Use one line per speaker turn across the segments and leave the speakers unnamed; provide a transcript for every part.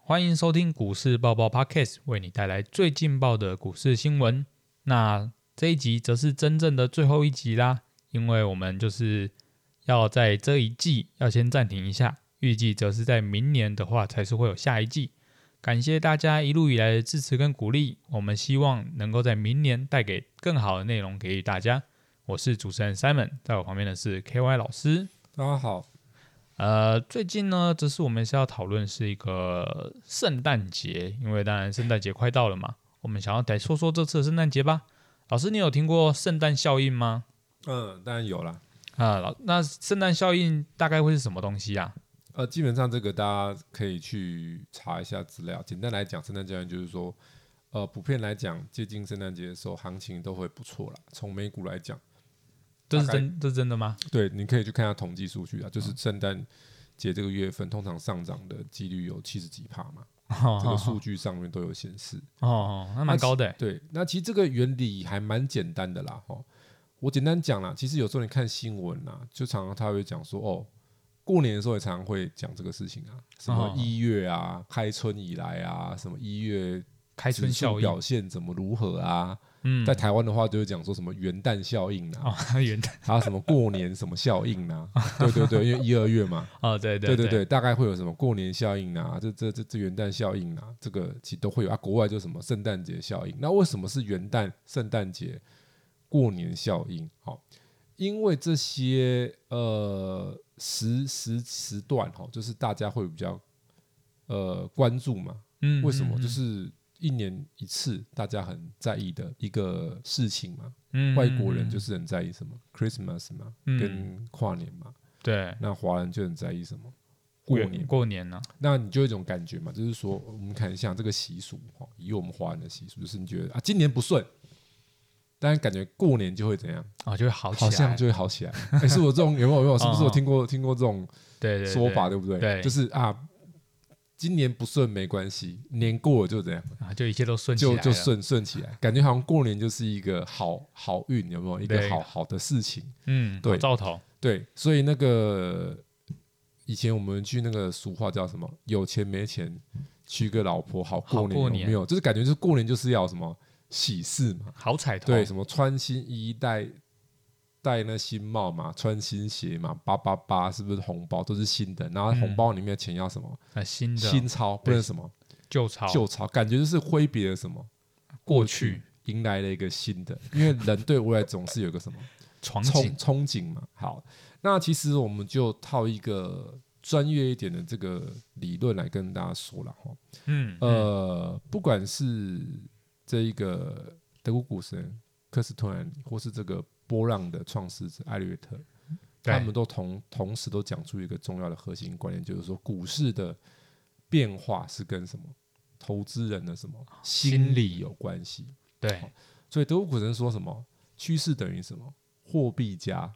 欢迎收听股市爆爆 Podcast，为你带来最劲爆的股市新闻。那这一集则是真正的最后一集啦，因为我们就是要在这一季要先暂停一下，预计则是在明年的话才是会有下一季。感谢大家一路以来的支持跟鼓励，我们希望能够在明年带给更好的内容给予大家。我是主持人 Simon，在我旁边的是 KY 老师。
大家哦好，
呃，最近呢，这是我们是要讨论是一个圣诞节，因为当然圣诞节快到了嘛，我们想要来说说这次的圣诞节吧。老师，你有听过圣诞效应吗？
嗯，当然有啦。
啊、老那圣诞效应大概会是什么东西啊？
呃，基本上这个大家可以去查一下资料。简单来讲，圣诞教育就是说，呃，普遍来讲，接近圣诞节的时候，行情都会不错啦。从美股来讲，
这是
大概
真这是真的吗？
对，你可以去看一下统计数据啊，就是圣诞节这个月份通常上涨的几率有七十几帕嘛，
哦
这个数据上面都有显示。
哦哦，那蛮高的、欸。
对，那其实这个原理还蛮简单的啦，哦，我简单讲啦，其实有时候你看新闻啦，就常常他会讲说，哦，过年的时候也常常会讲这个事情啊，什么
哦
一月啊，开春以来啊，什么一月
开春
指数
效
表
应，
现怎么如何啊，
嗯
在，台湾的话就会讲说什么元旦效应啊，
哦， 元旦，
还有什么过年什么效应啊，对对对，因为一二月嘛，
哦，对
对
对
对，大概会有什么过年效应啊，这这这这元旦效应啊，这个其实都会有啊。国外就是什么圣诞节效应，那为什么是元旦、圣诞节、过年效应？好、因为这些呃时时时段哈、就是大家会比较呃关注嘛。
嗯，
为什么？就
嗯
是一年一次，大家很在意的一个事情嘛。
嗯
外国人就是是很在意什么 Christmas 嘛，
嗯
跟跨年嘛。
对
那华人就很在意什么过年
过年呢、
那你就有一种感觉嘛，就是说，我们看一下这个习俗哈，以我们华人的习俗，就是你觉得啊，今年不顺，但是感觉过年就会怎样，
啊，哦，就会好起来，
好像就会好起来。 哎，是我这种有没有有没有？是 不是我听过听过这种
对对对
说法，对不对？
对
就是啊，今年不顺没关系，年过了就怎样，
啊，就一切都顺起来
就
了，
就顺顺起来，感觉好像过年就是一个好好运，有没有一个
对
好好的事情？
嗯，
对
好兆头，
对，所以那个以前我们去那个俗话叫什么？有钱没钱娶个老婆好过
好
年，
过
有
年
没有？就是感觉就是过年就是要什么喜事嘛，
好彩头，
对，什么穿新衣戴戴那新帽嘛，穿新鞋嘛，八八八是不是红包都是新的？然后红包里面的钱要什么？
啊，新的
新钞不
对
能什么
旧潮
旧钞，感觉就是挥别了什么，
过去
迎来了一个新的，因为人对未来总是有个什么。
床
憧
景，
憧憬嘛。好，那其实我们就套一个专业一点的这个理论来跟大家说了哈。
嗯，嗯
呃，不管是这一个德国股神科斯托兰尼，或是这个波浪的创始者艾略特，
对
他们都同同时都讲出一个重要的核心观念，就是说股市的变化是跟什么投资人的什么
哦心
心
理
理有关系。
对，
所以德国股神说什么趋势等于什么货币加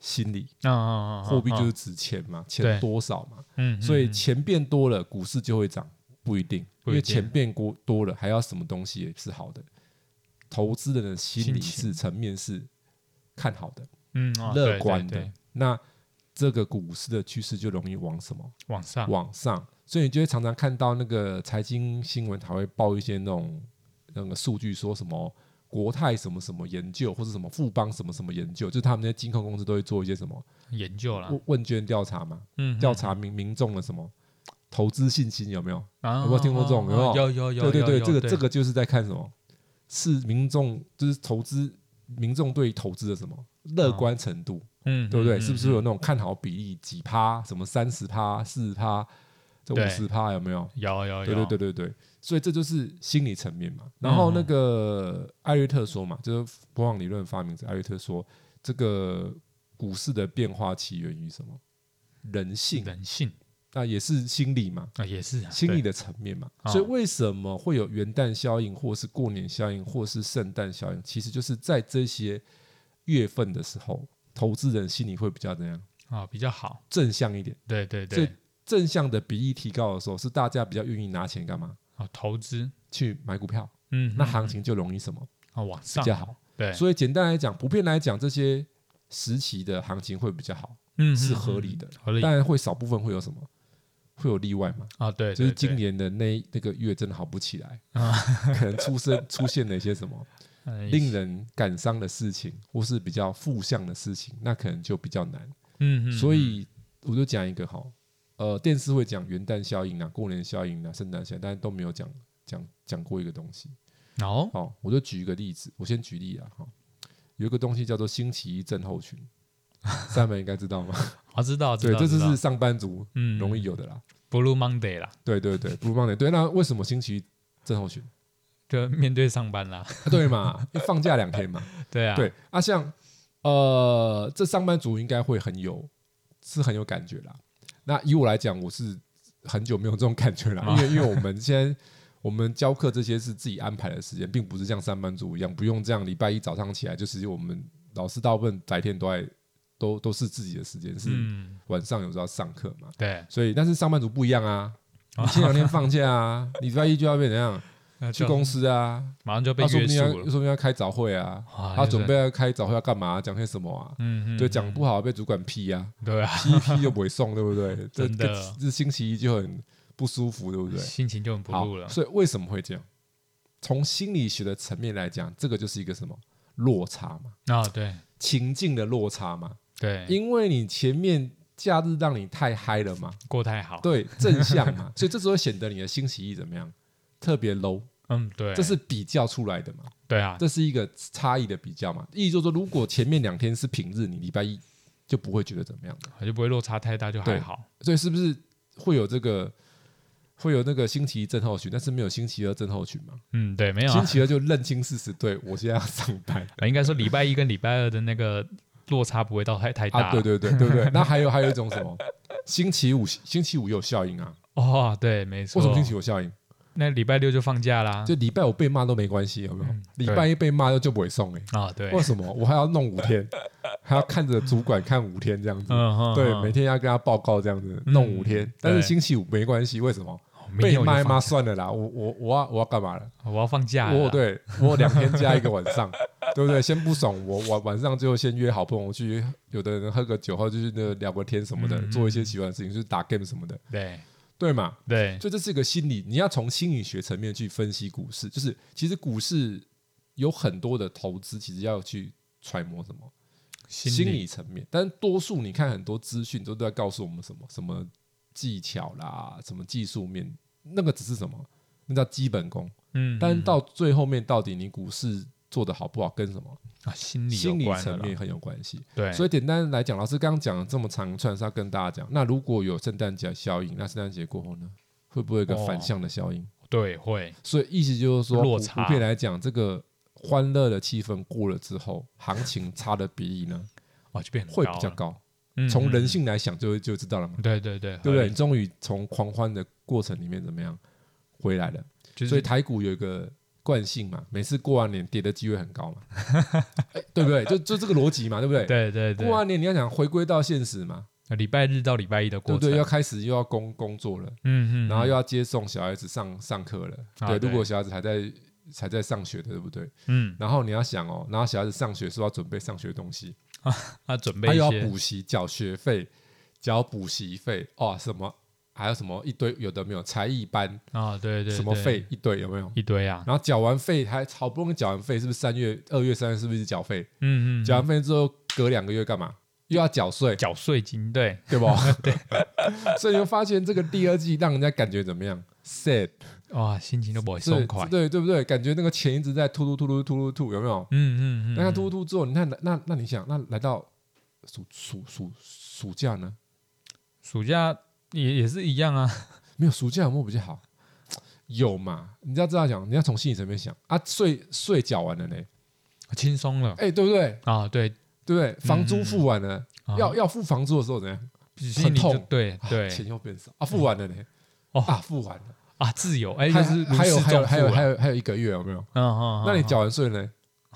心理。
嗯嗯嗯，
哦货币就是
是
值钱嘛，
对
钱多少嘛，
嗯，嗯
所以
嗯
钱变多了，股市就会涨，不一定，
不
因
一定
为钱变多多了，还要什么东西也是好的，投资人的心理
心
是层面是看好的、
嗯哦
乐观
对对
的
对，
那这个股市的趋势就容易往什么
往上，
往上，所以你就会常常看到那个财经新闻，它会报一些那种那个数据，说什么国泰什么什么研究，或者什么富邦什么什么研究，就是他们那些金控公司都会做一些什么
研究了，
问问卷调查嘛，
啊嗯，
调查民民众的什么投资信心有没有？
有
有没有听过这种有没有
哦有有有，
对对
有
对，
有
这个这个就是在看什么？是民众就是投资民众对投资的什么乐观程度，
哦嗯，
对不对？
嗯
是不是？有那种看好比例几趴，什么三十趴、四趴、这
对
五十趴有没有？
有有有，
对对对对对，所以这就是心理层面嘛。然后那个艾略特说嘛，就是波浪理论发明者艾略特说，这个股市的变化起源于什么？人性，
人性
那也是心理嘛。
啊也是啊
心理
对
的层面嘛。
哦
所以为什么会有元旦效应，或是过年效应，或是圣诞效应？其实就是在这些月份的时候，投资人心里会比较怎样
啊比较好，
正向一点。
对对
所以
对，
正向的比例提高的时候，是大家比较愿意拿钱干嘛
啊投资，
去买股票，
嗯，
那
嗯
行情就容易什么
啊往
比
上
较，好。
对，
所以简单来讲，普遍来讲，这些时期的行情会比较好，
嗯嗯
是合
嗯
理的
合理
当然会少部分会有什么会会有例外嘛，
啊，对，
就是
对
今
对
年的那那个月真的好不起来，
啊
可能出生出现了一些什么
嗯
令人感伤的事情，或是比较负向的事情，那可能就比较难。
嗯，嗯
所以我就讲一个哈，呃，电视会讲元旦效应啊、过年效应啊、圣诞效应，但是都没有讲讲讲过一个东西。
哦，
好，我就举一个例子，我先举例啊，哈，有一个东西叫做星期一症 候群，三门应该知道吗？
我知道，知
对，
道
这
知
就
道
是上班族
嗯
容易有的啦。
Blue Monday 啦，
对对对，不帮你对。那为什么星期一症候群？
就面对上班啦，
啊对嘛，因为放假两天嘛。
对啊，
对啊，像呃，这上班族应该会很有，是很有感觉啦。那以我来讲，我是很久没有这种感觉啦，
啊
因为因为我们现在我们教课这些是自己安排的时间，并不是像上班族一样不用这样礼拜一早上起来，就是我们老师大部分白天都在都都是自己的时间，是
嗯，
晚上有时候要上课嘛。
对，
所以，但是上班族不一样啊，你前两天放假啊，你礼拜一就要被怎样
那
去
就
公司啊，
马上就被
他说
约
不定要，
束
说
了，
不定要开早会啊，
哇
他
就是
准备要开早会要干嘛？讲些什么啊？
嗯，嗯
对，讲
嗯
不好被主管批啊，
对啊，
批一批又不会送，对不 对？这
真
这
的
这星期一就很不舒服，对不对？
心情就很不
好
入，了，
所以为什么会这样？从心理学的层面来讲，这个就是一个什么落差嘛，
啊，对
情境的落差嘛，
对，
因为你前面假日让你太嗨了嘛，
过太好，
对，正向 嘛，所以这时候显得你的星期一怎么样？特别 low，
嗯，对，
这是比较出来的嘛。
对啊，
这是一个差异的比较嘛。意思就是说，如果前面两天是平日，你礼拜一就不会觉得怎么样的，
就不会落差太大，就还
对
好，
所以是不是会有这个会有那个星期一症候群，但是没有星期二症候群嘛？
嗯，对，没有啊呃
星，期二就认清事实，对我现在要上 班
应该说礼拜一跟礼拜二的那个落差不会到太太
啊，
大，
对对对对不对？那还有还有一种什么？星期五星期五有效应啊？
哦，对，没错，
为什么星期五有效应？
那礼拜六就放假啦，
就礼拜五被骂都没关系，有没有
嗯？
礼拜一被骂就不会送哎、
啊，对，
为什么我还要弄五天，还要看着主管看五天这样子？
嗯哼，
对，
哼
每天要跟他报告这样子，
嗯
弄五天，但是
对
星期五没关系，为什么？
哦明
被
天我就
骂一
放哎
骂算了啦，我我我要我要干嘛了？
我要放假了啦，
我哦对我有两天加一个晚上， 对不对？先不爽我，晚晚上就先约好朋友去，有的人喝个酒后就是那聊个天什么的，
嗯
做一些喜欢的事情，就是打 game 什么的，
对
对嘛？
对，
所以这是一个心理，你要从心理学层面去分析股市，就是其实股市有很多的投资，其实要去揣摩什么。心理层面。但多数你看很多资讯都在告诉我们什么什么技巧啦，什么技术面，那个只是什么，那叫基本功。
嗯，
但是
嗯
到最后面，到底你股市做的好不好，跟什么
啊心理有
心理
关的
层
啦哎
面很有关系。
对，
所
以
以简单来讲，老师刚刚讲了这么长一串是要跟大家讲，那如果有圣诞节效应，那圣诞节过后呢，会不会有一个
哦
反向的效应？
对会
所以意思就是说，
落
普
差
普遍来讲，这个欢乐的气氛过了之后，行情差的比例呢
哇就变很
会比较
了，
高。
嗯
从人，
嗯
性来想就就知道了嘛
嗯，对对对，
对不
合
对？
理
你？终于从狂欢的过程里面怎么样回来了？
就是
所以台股有一个惯性嘛，每次过完年跌的机会很高 嘛，哎对不对？就就这个逻辑嘛，对不对？
对对对
过，完年你要想回归到现实嘛，
礼拜日到礼拜一的
对
过
不
程，
对？要开始又要工工作了，
嗯嗯，
然后
嗯
又要接送小孩子上上课了。
啊
对，
对
如果小孩子还在还在上学的，对不对？
嗯，
然后你要想哦，然后小孩子上学是要准备上学的东西，
那准备
他
一
又要
些
补习、缴学费、缴补习费，哦，什么还有什么一堆有的没有才艺班
啊，对对，
什么
对
费一堆有没有？
一堆啊，
然后缴完费还好不容易缴完费，是不是三月、二月、三月是不是一直缴费？
嗯嗯，
缴完费之后隔两个月干嘛？又要 缴税，
缴税金，对，
对不？对。 所以你会发现这个第二季让人家感觉怎么样？sad，
哇，心情都不会
是
松快，
对对不对？感觉那个钱一直在突突突突突突突，有没有？
嗯嗯嗯，
那他
嗯
突突之后，你看那那那你想，那来到暑暑暑暑假呢？
暑假也也是一样啊，
没有暑假有没有比较好？有嘛？你要这样讲，你要从心理层面想啊，税税缴完了呢，
轻松了
哎、对不对？
啊，对，
对不对？房租付完了，
啊
要要付房租的时候怎样？
心里就
痛
对
啊
对
钱又变少啊，付完了呢，
哦
啊，付完了，
啊，自由，哎，
还
就是如
还有
释
还有
重
还
负
有
啊
还有还有一个月有没有？
嗯嗯，
那你
嗯
缴完税呢？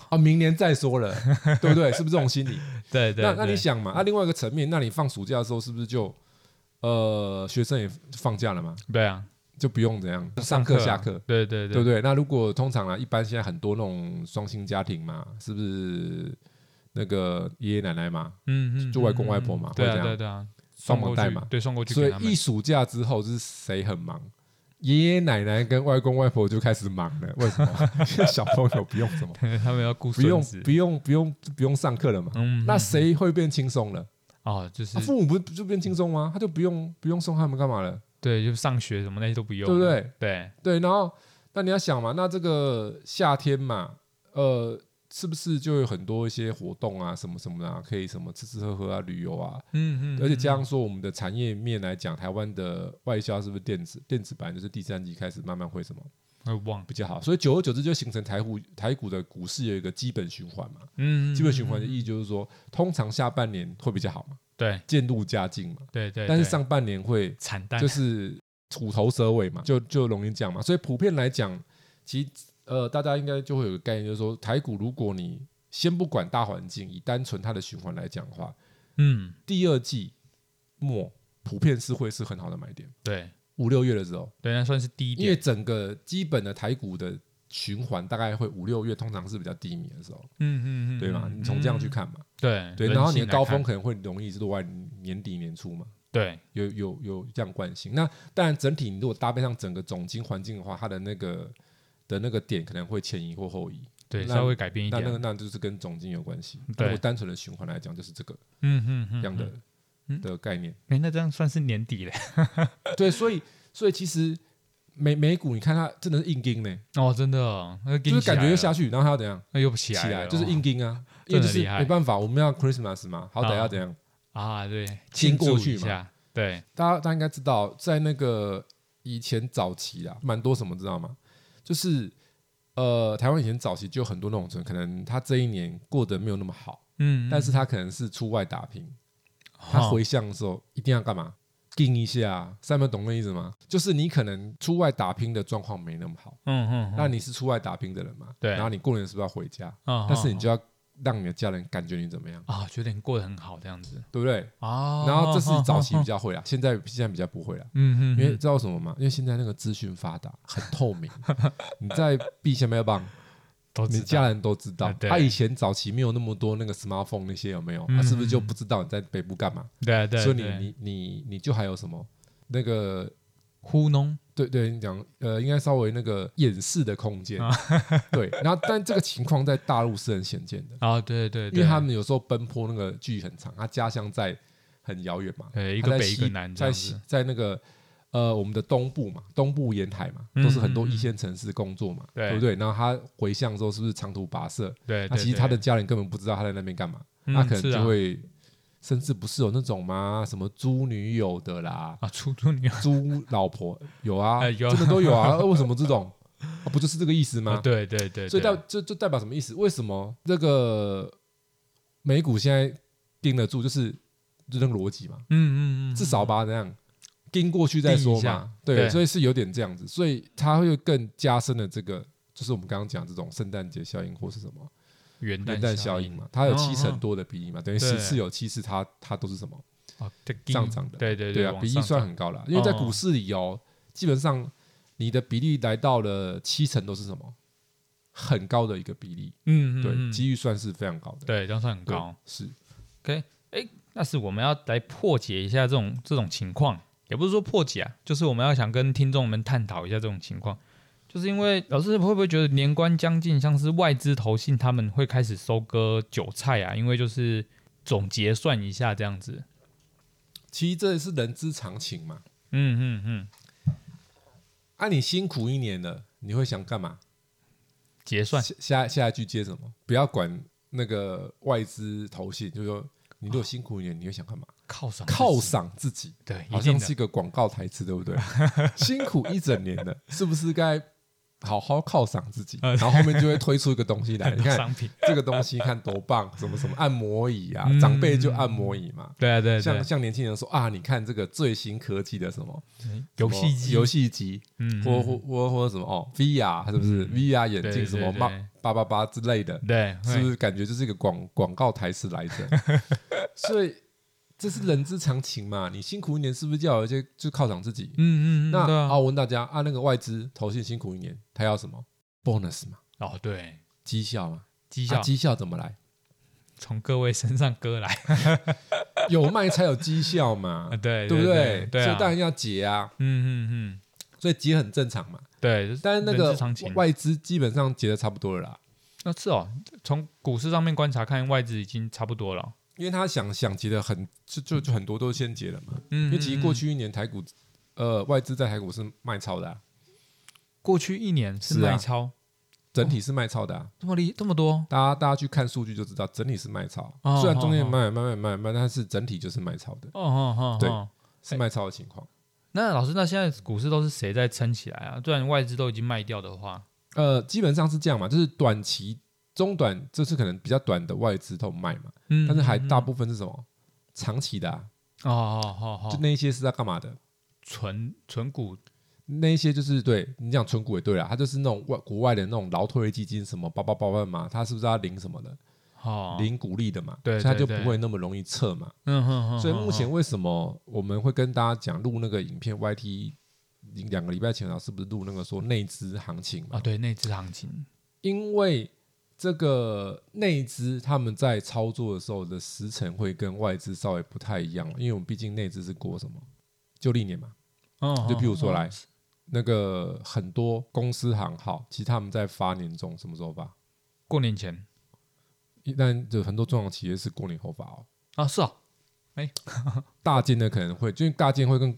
啊，明年再 说了，对不对？是不是这种心理？
对对，
那那你
对
想嘛？啊那另外一个层面，那你放暑假的时候是不是就呃学生也放假了嘛？
对啊，
就不用怎样上
课
课
啊
下课，
对对
对不对？那如果通常啊，一般现在很多那种双薪家庭嘛，是不是那个爷爷奶奶嘛，
嗯嗯，
就外公外婆嘛
嗯嗯对
会这
啊
样
对啊对啊，送过
帮忙带
去
嘛，
对，送过去
所
给
以
他们
一。暑假之后，就是谁很忙？爷爷奶奶跟外公外婆就开始忙了。为什么？ 因为小朋友不用什么，
他们要顾
不用
孙子
不，用不用不用上课了嘛。
嗯，
那谁会变轻松了？
哦，就是
啊父母不是就变轻松吗？他就不用不用送他们干嘛了，
对，就上学什么那些都不
对
用，
不？对？
对，
对，然后那你要想嘛，那这个夏天嘛，呃，是不是就有很多一些活动啊，什么什么的、啊，可以什么吃吃喝喝啊，旅游啊，
嗯嗯，
而且加
嗯
上说，我们的产业面来讲，台湾的外销是不是电子？电子版就是第三季开始慢慢会什么
会忘，
比较好，所以久而久之就形成台股台股的股市有一个基本循环嘛。
嗯，嗯
基本
嗯
循环的
嗯
意义就是说，通常下半年会比较好嘛，
对
渐入佳境嘛，
对对，
但是
对
上半年会
惨淡
就是虎头蛇尾嘛，就就容易讲嘛。所以普遍来讲，其实呃，大家应该就会有个概念，就是说台股如果你先不管大环境，以单纯它的循环来讲的话，
嗯，
第二季末普遍是会是很好的买点，
对
五六月的时候，
对，那算是低
因为
点，
整个基本的台股的循环大概会五六月，通常是比较低迷的时候，
嗯嗯嗯，
对吗？
嗯
你从这样去
嗯
看嘛，
对
对，
人
然后你
性
的
来
高
看
峰可能会容易是落在年底年初嘛，
对
有有有这样惯性。那当然，整体你如果搭配上整个总经环境的话，它的那个的那个点可能会前移或后移，
对
那
稍微改变一
那
点
那，个那就是跟总经有关系。
对
如果单纯的循环来讲，就是这个
嗯嗯嗯，
这
嗯
样的
嗯
的概念。
哎、那这样算是年底嘞？
对，所以所以其实美美股，你看它真的是硬盯呢，
哦，真的、哦，那
就
就是
感觉又下去，然后它要怎样
那又不起
起
来了
来，
哦，
就是硬盯啊，因
真
为
的
就是
厉害
没办法，我们要 Christmas 嘛，好歹
啊
要怎样？
啊，对，
亲
庆
过
祝
去
一
嘛
下，对，
大家大家应该知道，在那个以前早期啊，蛮多什么知道吗？就是呃，台湾以前早期就有很多那种人，可能他这一年过得没有那么好，
嗯，哦
但是他可能是出外打拼，他
他
回乡的时候一定要干嘛？定一下啊，三秒懂那意思吗？就是你可能出外打拼的状况没那么好，
嗯嗯，
那你是出外打拼的人嘛？
对
然后你过年是不是要回家？
嗯，
但是你
嗯
就要让你的家人感觉你怎么样，
啊，觉得你过得很好这样子
对不对？
啊，
然后这是
哦
早期，
哦
比
哦
较会啦，啊现在现在比较不会啦。啊
嗯嗯，
因为
嗯
知道什么吗？因为现在那个资讯发达，很透明。 你在 B 下面帮，
都
你
知道
家人都知道
啊。对
他、以前早期没有那么多那个 smartphone 那些有没有？他、
嗯
是不是就不知道你在北部干嘛？
对啊对啊，
所以你
对
你你你就还有什么那个
糊弄，
对对，你讲呃，应该稍微那个掩饰的空间。
啊
对，然后但这个情况在大陆是很显见的，
啊，对对对，
因为他们有时候奔波那个距离很长，他家乡在很遥远嘛，
呃一
它
个
在
北一个
西
南这
在
样
西
子，
在那个呃我们的东部嘛，东部沿海嘛，
嗯
都是很多
嗯嗯
一线城市工作嘛，
对
对不对？然后他回乡之后是不是长途跋涉？
对，
那
对
其实他的
对
家人根本不知道他在那边干嘛，
嗯
那可能
是
就
啊
会甚至不是有那种嘛什么猪女友的啦，
啊，出租女
猪老婆有啊，
哎有啊
真的都有 啊，呃为什么这种？啊不就是这个意思 吗
啊，？对对对，
所以代
对
这就代表什么意思？为什么这个美股现在盯得住？就是就那个逻辑嘛，
嗯嗯嗯，
至少把它那样盯过去再说
盯一下
嘛。对，
对
所以是有点这样子，所以它会更加深了这个，就是我们刚刚讲这种圣诞节效应或是什么
元旦
元旦效应
应
嘛，它有
嗯
七
嗯
成多的比例嘛，等于
对
十次有七次它它都是什么
啊，这个
上涨的，
对对
对啊，
往
比例
上
算
涨嗯
很高了，因为在股市里哦，基本上你的比例来到了七成都是什么很高的一个比例，
嗯嗯
对，
嗯
机遇算是非常高的，
对，这样算很
对
高。
是
那是我们要来破解一下这种这种情况，也不是说破解啊，就是我们要想跟听众们探讨一下这种情况，就是因为老师会不会觉得年关将近，像是外资投信他们会开始收割韭菜啊？因为就是总结算一下这样子，
其实这是人之常情嘛，
嗯嗯嗯，
啊，你辛苦一年了，你会想干嘛？
结算
下下下一句接什么？不要管那个外资投信，就是说你如果辛苦一点，你会想 干嘛？
犒赏
犒
自己
赏自己，
对，一
好
定
像
的
是一个广告台词，对不 对？辛苦一整年了，是不是该好好犒赏自己？
呃
然后后面就会推出一个东西 来，
很
你
多
看
商品，
这个东西看多棒，什么什么按摩椅啊
嗯，
长辈就按摩椅嘛。
对啊对啊对
像
啊，
像年轻人说啊，你看这个最新科技的什么
游戏
什么
机，
游戏机，
嗯，
或
嗯
或或或者什么哦，VR 是不是、VR 眼
对
镜什么
对
八
对
八八八之类的，
对，
是
会
不是感觉就是一个广广告台词来着？ 所以这是人之常情嘛，你辛苦一年是不是就要有一些就犒赏自己？
嗯嗯嗯，
那
对
啊，
啊
我问大家啊，那个外资投信辛苦一年，他要什么 bonus 嘛，
哦对，
绩效嘛，啊
啊绩
绩
效
绩效怎么来？
从各位身上割来，
有卖才有绩效嘛
啊，，对
对不
对？对
所
啊
以，当然要结啊，
嗯嗯嗯，
所以结很正常嘛。
对，
但是那
人
个
之常情
外资基本上结的差不多了啦，
那是哦，从股市上面观察看，外资已经差不多了。
因为他想想结的很就就就很多都先结了嘛，
嗯，
因为其实过
嗯嗯
去一年台股呃外资在台股是卖超的、啊，
过去一年是
是啊
卖超
整体是卖超的、啊，
这么厉这么多，
大家大家去看数据就知道整体是卖超，
哦
虽然中间
哦哦
卖卖卖卖卖，但是整体就是卖超的，
哦哦哦，
对
哦
是卖超的情况。
那老师，那现在股市都是谁在撑起来啊？虽然外资都已经卖掉的话，
呃，基本上是这样嘛，就是短期、中短，这是可能比较短的外资都卖嘛，
嗯，
但是还大
嗯
部分是什么长期的、啊，
嗯哦哦哦
就
哦，
那一些是在干嘛的？
纯纯股
那一些就是对你讲纯股也对啦，它就是那种外国外的那种劳退基金什么八八八万嘛，它是不是要领什么的，
哦，
领股利的嘛，
对
所以它
对
就
对
不会那么容易撤嘛。
嗯哼哼，
所以
哼
目前
哼
为什么我们会跟大家讲录那个影片 YT？两个礼拜前老师不是录那个说内资行情嘛？
啊，对内资行情，
因为这个内资他们在操作的时候的时程会跟外资稍微不太一样，因为我们毕竟内资是过什么旧历年嘛，
嗯，
就譬如说
嗯，
来那个很多公司行号，其实他们在发年终什么时候发？
过年前
一旦就很多中小企业是过年后发哦，
啊，是哦，
大件的可能会，就因为大件会跟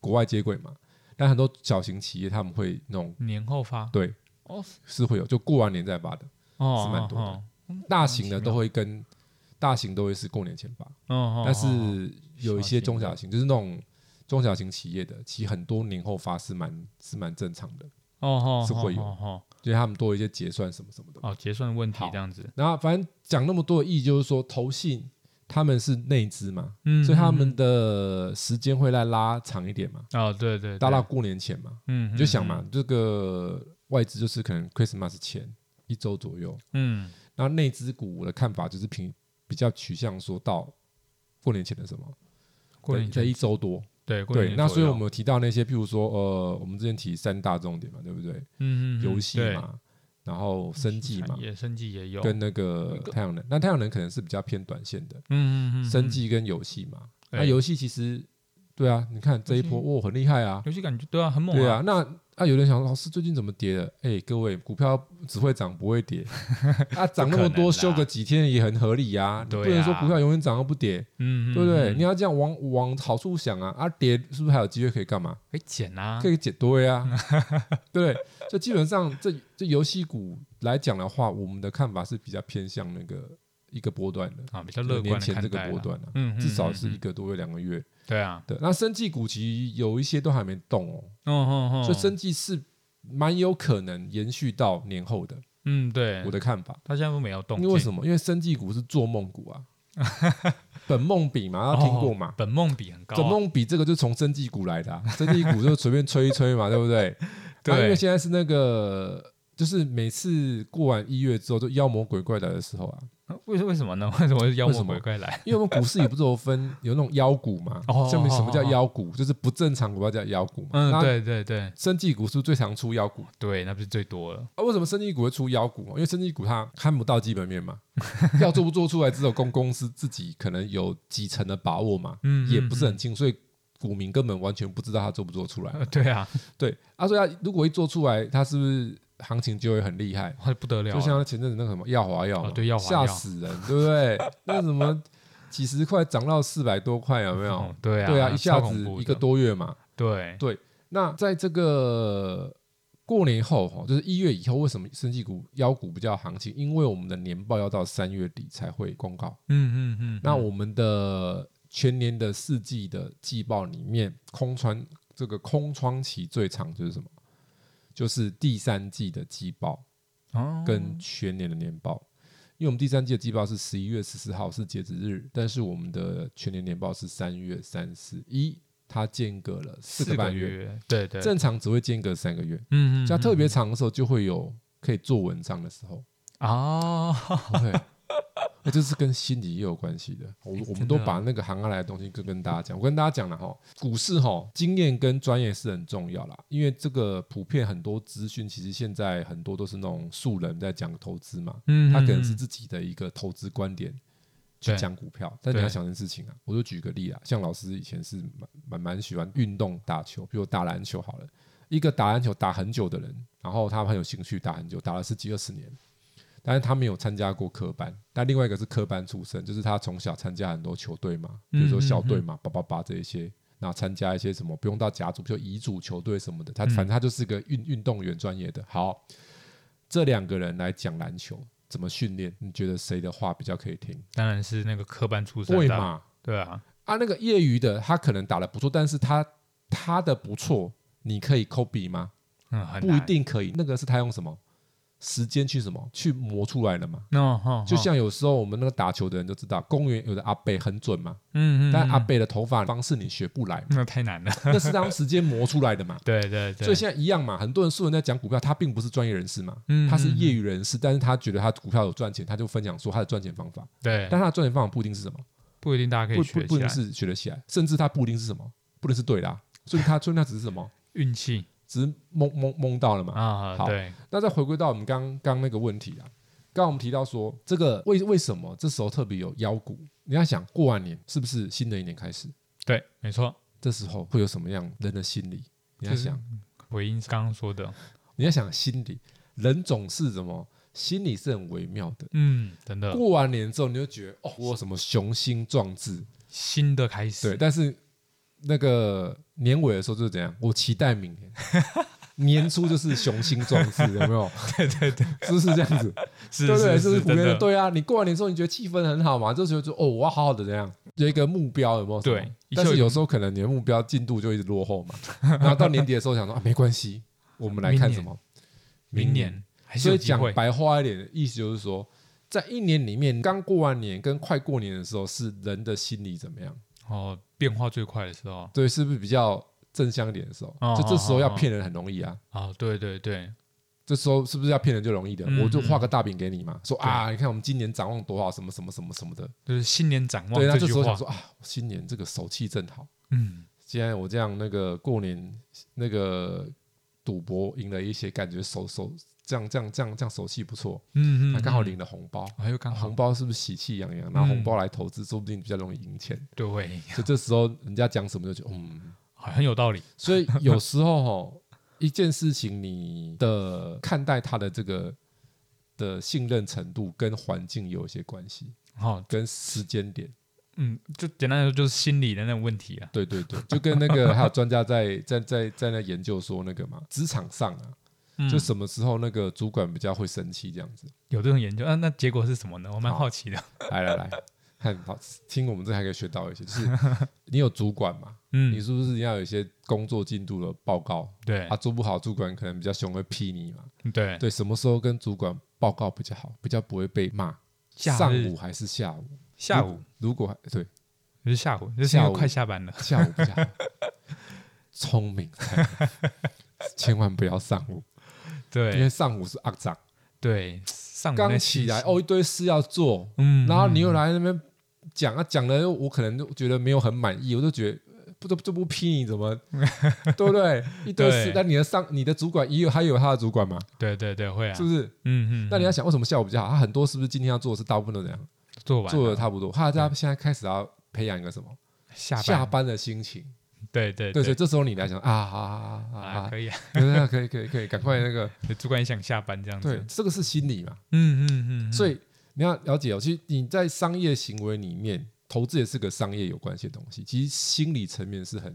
国外接轨嘛，但很多小型企业他们会那种
年后发，
对
哦
是会有，就过完年再发的，
哦，
是蛮多的
哦，
大型的
奇妙
都会跟大型都会是过年前发。
哦哦，哦
但是有一些中小型，就是那种中小型企业的，其实很多年后发是蛮是蛮正常的，
哦哦
是会有
哦哦
就是他们多一些结算什么什么的。
哦结算问题
好
这样子，
然后反正讲那么多的意义，就是说投信他们是内资嘛，
嗯，
所以他
嗯
们的时间会再拉长一点嘛，
嗯哦对对，
拉
对
到过年前嘛，
嗯，
你就想
嗯
嘛，，这个外资就是可能 Christmas 前一周左右，
嗯，
那内资股我的看法就是平比较取向说到过年前的什么，
过年
在
前
一周多，
对过
对，
年前
那
左
所以
右
我们有提到那些，譬如说，呃，我们之前提三大重点嘛，对不对？
嗯嗯嗯
游戏
对
嘛，然后生计嘛
产，业生计也有，
跟那个太阳能。那太阳能可能是比较偏短线的，
嗯嗯嗯，
生
嗯
计啊跟游戏嘛。那
对
游戏其实，对啊，你看这一波，哇，很厉害啊，
游戏感觉对啊，很猛
对，啊。那啊，有人想说，老师最近怎么跌的？哎，各位，股票只会涨不会跌， 啊，涨那
不可
么
能
多，
啦
休个几天也很合理呀。你
对啊
不能说股票永远涨又不跌，
嗯，嗯
对不对？
嗯
你要这样往往好处想啊，啊，跌是不是还有机会可以干嘛？
可以减啊，
可以解 对啊，对，就基本上这这游戏股来讲的话，我们的看法是比较偏向那个一个波段的，
啊，比较乐
年
观的
前
看
这个
待
波
啦
段啊，
嗯，嗯
至少是
嗯
一个多月两个月
对啊，
的。那生技股其实有一些都还没动哦，
哦哦哦，
所以生技是蛮有可能延续到年后的，
嗯对
我，的看法。
他现在都没有动
因
静，
为为什么？因为生技股是做梦 股啊，本梦比嘛，大
哦？
家听过嘛？
本梦比很高啊，
本梦比这个就是从生技股来的、啊， 生技股就随便吹一吹 嘛，对不对？
对
啊因为现在是那个，就是每次过完一月之后，就妖魔鬼怪来的时候啊，
为为什么呢？ 为什么妖
为
魔
什么
鬼怪来？
因为我们股市也不是 有分有那种妖股嘛
哦，
下面什么叫妖股，就是不正常股票叫妖股嘛。
嗯，
那，
对对对
生技股是不是最常出妖股
对，那不是最多了，
啊？为什么生技股会出妖股？因为生技股它看不到基本面嘛，要做不做出来，只有公公司自己可能有几成的把握嘛，
嗯，
也
嗯
不是很
嗯
清，所以股民根本完全不知道它做不做出来。
呃对啊，
对，他说他如果一做出来，他是不是行情就会很厉害？
哇不得了
就
啊，
像前阵子那个什么耀华药嘛、
哦对耀华药
吓死人，对不对？那什么几十块涨到四百多块，有没有？
哦对啊，
对啊，一下
超恐
子
怖
一个
的
多月嘛。
对
对那在这个过年后哈，就是一月以后，为什么生技股、妖股比较行情？因为我们的年报要到三月底才会公告。
嗯嗯嗯，
那
嗯
我们的全年的四季的季报里面，空窗这个空窗期最长就是什么？就是第三季的季报
哦
跟全年的年报。因为我们第三季的季报是十一月十四号是截止日，但是我们的全年年报是三月三十一，它间隔了四个
四
半
个
月，
月，对对，
正常只会间隔三个月。
嗯嗯，
像
嗯
特别
嗯
长的时候，就会有可以做文章的时候。
哦，
对，那哎这是跟心理也有关系的。我我们
真
都
的啊
把那个行下来的东西跟跟大家讲。我跟大家讲了哈，股市哈，经验跟专业是很重要啦，因为这个普遍很多资讯，其实现在很多都是那种素人在讲投资嘛，
嗯，
他
嗯
可能是
嗯
自己的一个投资观点去
对
讲股票，但你
对
要想件事情啊，我就举个例啊，像老师以前是蛮蛮蛮喜欢运动打球，比如打篮球好了，一个打篮球打很久的人，然后他很有兴趣打很久，打了十几二十年，但是他没有参加过科班，但另外一个是科班出身，就是他从小参加很多球队嘛，
嗯
比如说校队嘛，八八八这一些，然后参加一些什么不用到甲组，就乙组球队什么
嗯
的，他反正他就是个运运动员专业的。好，这两个人来讲篮球怎么训练，你觉得谁的话比较可以听？
当然是那个科班出身
会
的啊，
嘛？
对啊，
啊，那个业余的他可能打得不错，但是他他的不错，你可以 copy 吗？
嗯，很
不一
难。
定可以，那个是他用什么时间去什么去磨出来的嘛。
那、哦、
就像有时候我们那个打球的人就知道，公园有的阿贝很准嘛，
嗯嗯，
但阿
嗯
贝的头发方式你学 不来嘛，
那太难了，
那是他用时间磨出来的嘛。
对 对对，
所以现在一样嘛，很多人素人在讲股票，他并不是专业人士嘛，
嗯
他是业
余，
余人士，但是他觉得他股票有赚钱，他就分享说他的赚钱方法，
对，
但他的赚钱方法不一定是什么，
不一定大家可
不
以
不
学
不
起
一定
来，
是学得起来，甚至他不一定是什么，不能是对的、啊，所以他所以那只是什么，
运气
只是蒙蒙蒙到了嘛。
啊，
好
对，
那再回归到我们刚刚那个问题啊，刚刚我们提到说，这个为为什么这时候特别有妖股？你要想过完年是不是新的一年开始？
对，没错，
这时候会有什么样人的心理？你要
就是
想，
回应刚刚说的，
你要想心理，人总是怎么心理是很微妙的。
嗯，真的，
过完年之后，你就觉得哦，我有什么雄心壮志，
新的开始，
对。但是那个年尾的时候就是怎样，我期待明年， 年初就是雄心壮志，有没有？
对对对，
是不是这样子？
是
对不对？
是
这是普
真
遍
的
的，，对啊。你过完年之后，你觉得气氛很好嘛？这时候就哦，我要好好的这样，有一个目标，有没有什么？
对一
但
下
是
有
有时候可能你的目标进度就一直落后嘛。 然后到年底的时候想说啊，没关系，我们来看什么？
明年还是
嗯所
有
以
机
讲
会，
白话一点，的意思就是说，在一年里面，刚过完年跟快过年的时候，是人的心理怎么样？
哦，变化最快的时候，
对，是不是比较正向一点的时候
哦？
就这时候要
哦哦
骗人很容易啊。
哦，对对对，
这时候是不是要骗人就容易的？
嗯
我就画
嗯
个大饼给你嘛，说啊，你看我们今年展望多好，什么什么什么什么的。
就是新年展望
对，那
这
这
句
时候
话
想，说啊，新年这个手气正好，
嗯，
既然我这样那个过年那个赌博赢了一些，感觉手手这样这样这样这样手气不错，
嗯
那
嗯，
刚好
嗯，
领了红包，
还有刚好
红包是不是喜气洋洋？拿红
嗯
包来投资，说不定比较容易赢钱。
对，
所以这时候人家讲什么就觉得嗯，
好很有道理，
所以有时候吼 一件事情你的看待它的这个的信任程度跟环境有一些关系，
好，
跟时间点。
嗯，就简单来说就是心理的那种问题啊，
对对对， 就跟那个还有专家在在在在那研究说那个嘛，职场上啊，
嗯
就什么时候那个主管比较会生气这样子。
有这种研究，啊，那结果是什么呢？我蛮
好
好奇的，
来来来，看好听我们这还可以学到一 些，就是你有主管嘛，你
嗯，
是不是要有一些工作进度的报告
对
啊？做不好，主管可能比较凶，会批你嘛。
对，
对，什么时候跟主管报告比较好，比较不会被骂？
假日
上午还是下午？
下午
如果对
就是下午，就是因
下
为
午
快下班了，
下午比 较好，聪明才能，千万不要上午。因
对
为上午是阿长，
对，上午那
刚
气
起来
息，
哦，一堆事要做，
嗯，
然后你
嗯
又来那边讲啊，讲了我可能就觉得没有很满意，我就觉得。呃不就就不批你 怎么，对不对？一堆
对，
事那你的上你的主管也有，还有他的主管嘛，
对对对会啊，
是不是？
嗯嗯，
那你
嗯
要想为什么下午比较好？他很多是不是今天要做的事大部分都这样，
做完
做的
了
差不多。他他现在开始要培养一个什么
啊下班
下班的心情，
对对
对，所以
对
这时候你来想啊啊啊啊
啊，
啊，
可以嗯啊，
对可以可以可以，赶快那个，
主管也想下班这样子
对，，这个是心理嘛，
嗯嗯嗯嗯，
所以你要了解哦，其实你在商业行为里面，投资也是个商业有关系的东西。其实心理层面是很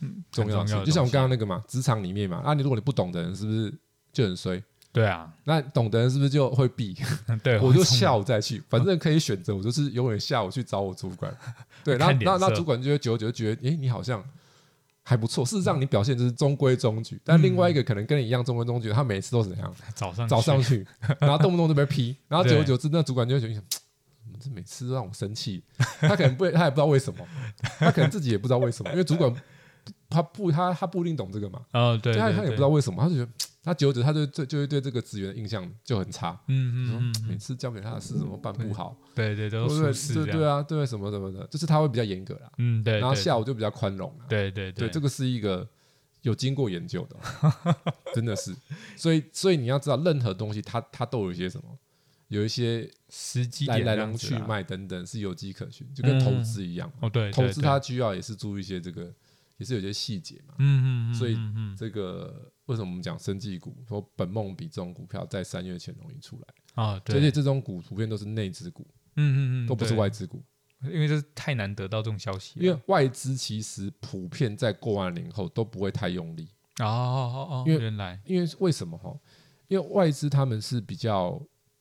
嗯
重要
很重
的事
要的
情，就像
东
我
西
刚刚那个嘛，职场里面嘛，啊，你如果你不懂的人，是不是就很衰？
对啊，
那懂的人是不是就 会避？
对，
我就
冲
下午再去，反正可以选择，我就是永远下午去找我主 管。对，
看
然后
脸
那那
色
主管就会久而久之觉得，诶，你好像。还不错，事实
嗯
上你表现就是中规中矩，但另外一个可能跟你一样中规中矩，他每次都是怎样？
早上
早上
去
去，然后动不动就被批，然后久而
对
久之，那主管就会觉得，嘖怎么这每次都让我生气？他可能不，他也不知道为什么，他可能自己也不知道为什么，因为主管他不，他他不一定懂这个嘛，
哦对，
他
对
啊他也不知道，为什么，他就觉得，嘖他久而久之，他就对就会对这个职员的印象就很差。
对嗯
说
嗯嗯
每
嗯，
次交给他的事怎么办不好，
对对
对
都
不
舒？
对
适
对
这
对
样，
啊，对什么什么的，就是他会比较严格啦，
嗯对，
然后
对
下午就比较宽容啦。
对对
对，这个是一个有经过研究的 哦，真的是。所以，所以你要知道，任何东西它它都有一些什么，有一些
时机
来
点
来
这样
龙
子
去
啦。
脉等等是有迹可循，就跟投
嗯
资一样嘛。
哦，对，
投
对
资
对
它需要也是注意一些这个，也是有些细节嘛。
嗯嗯嗯，
所以
嗯嗯
这个为什么我们讲生技股，说本梦比这种股票在三月前容易出来，
啊，对，
而且这种股普遍都是内资股，
嗯嗯嗯，
都不是
对，
外资股，
因为这是太难得到这种消息了，
因为外资其实普遍在过完年后都不会太用力，
哦哦哦哦，
因为
原来
因为为什么哈？因为外资他们是比较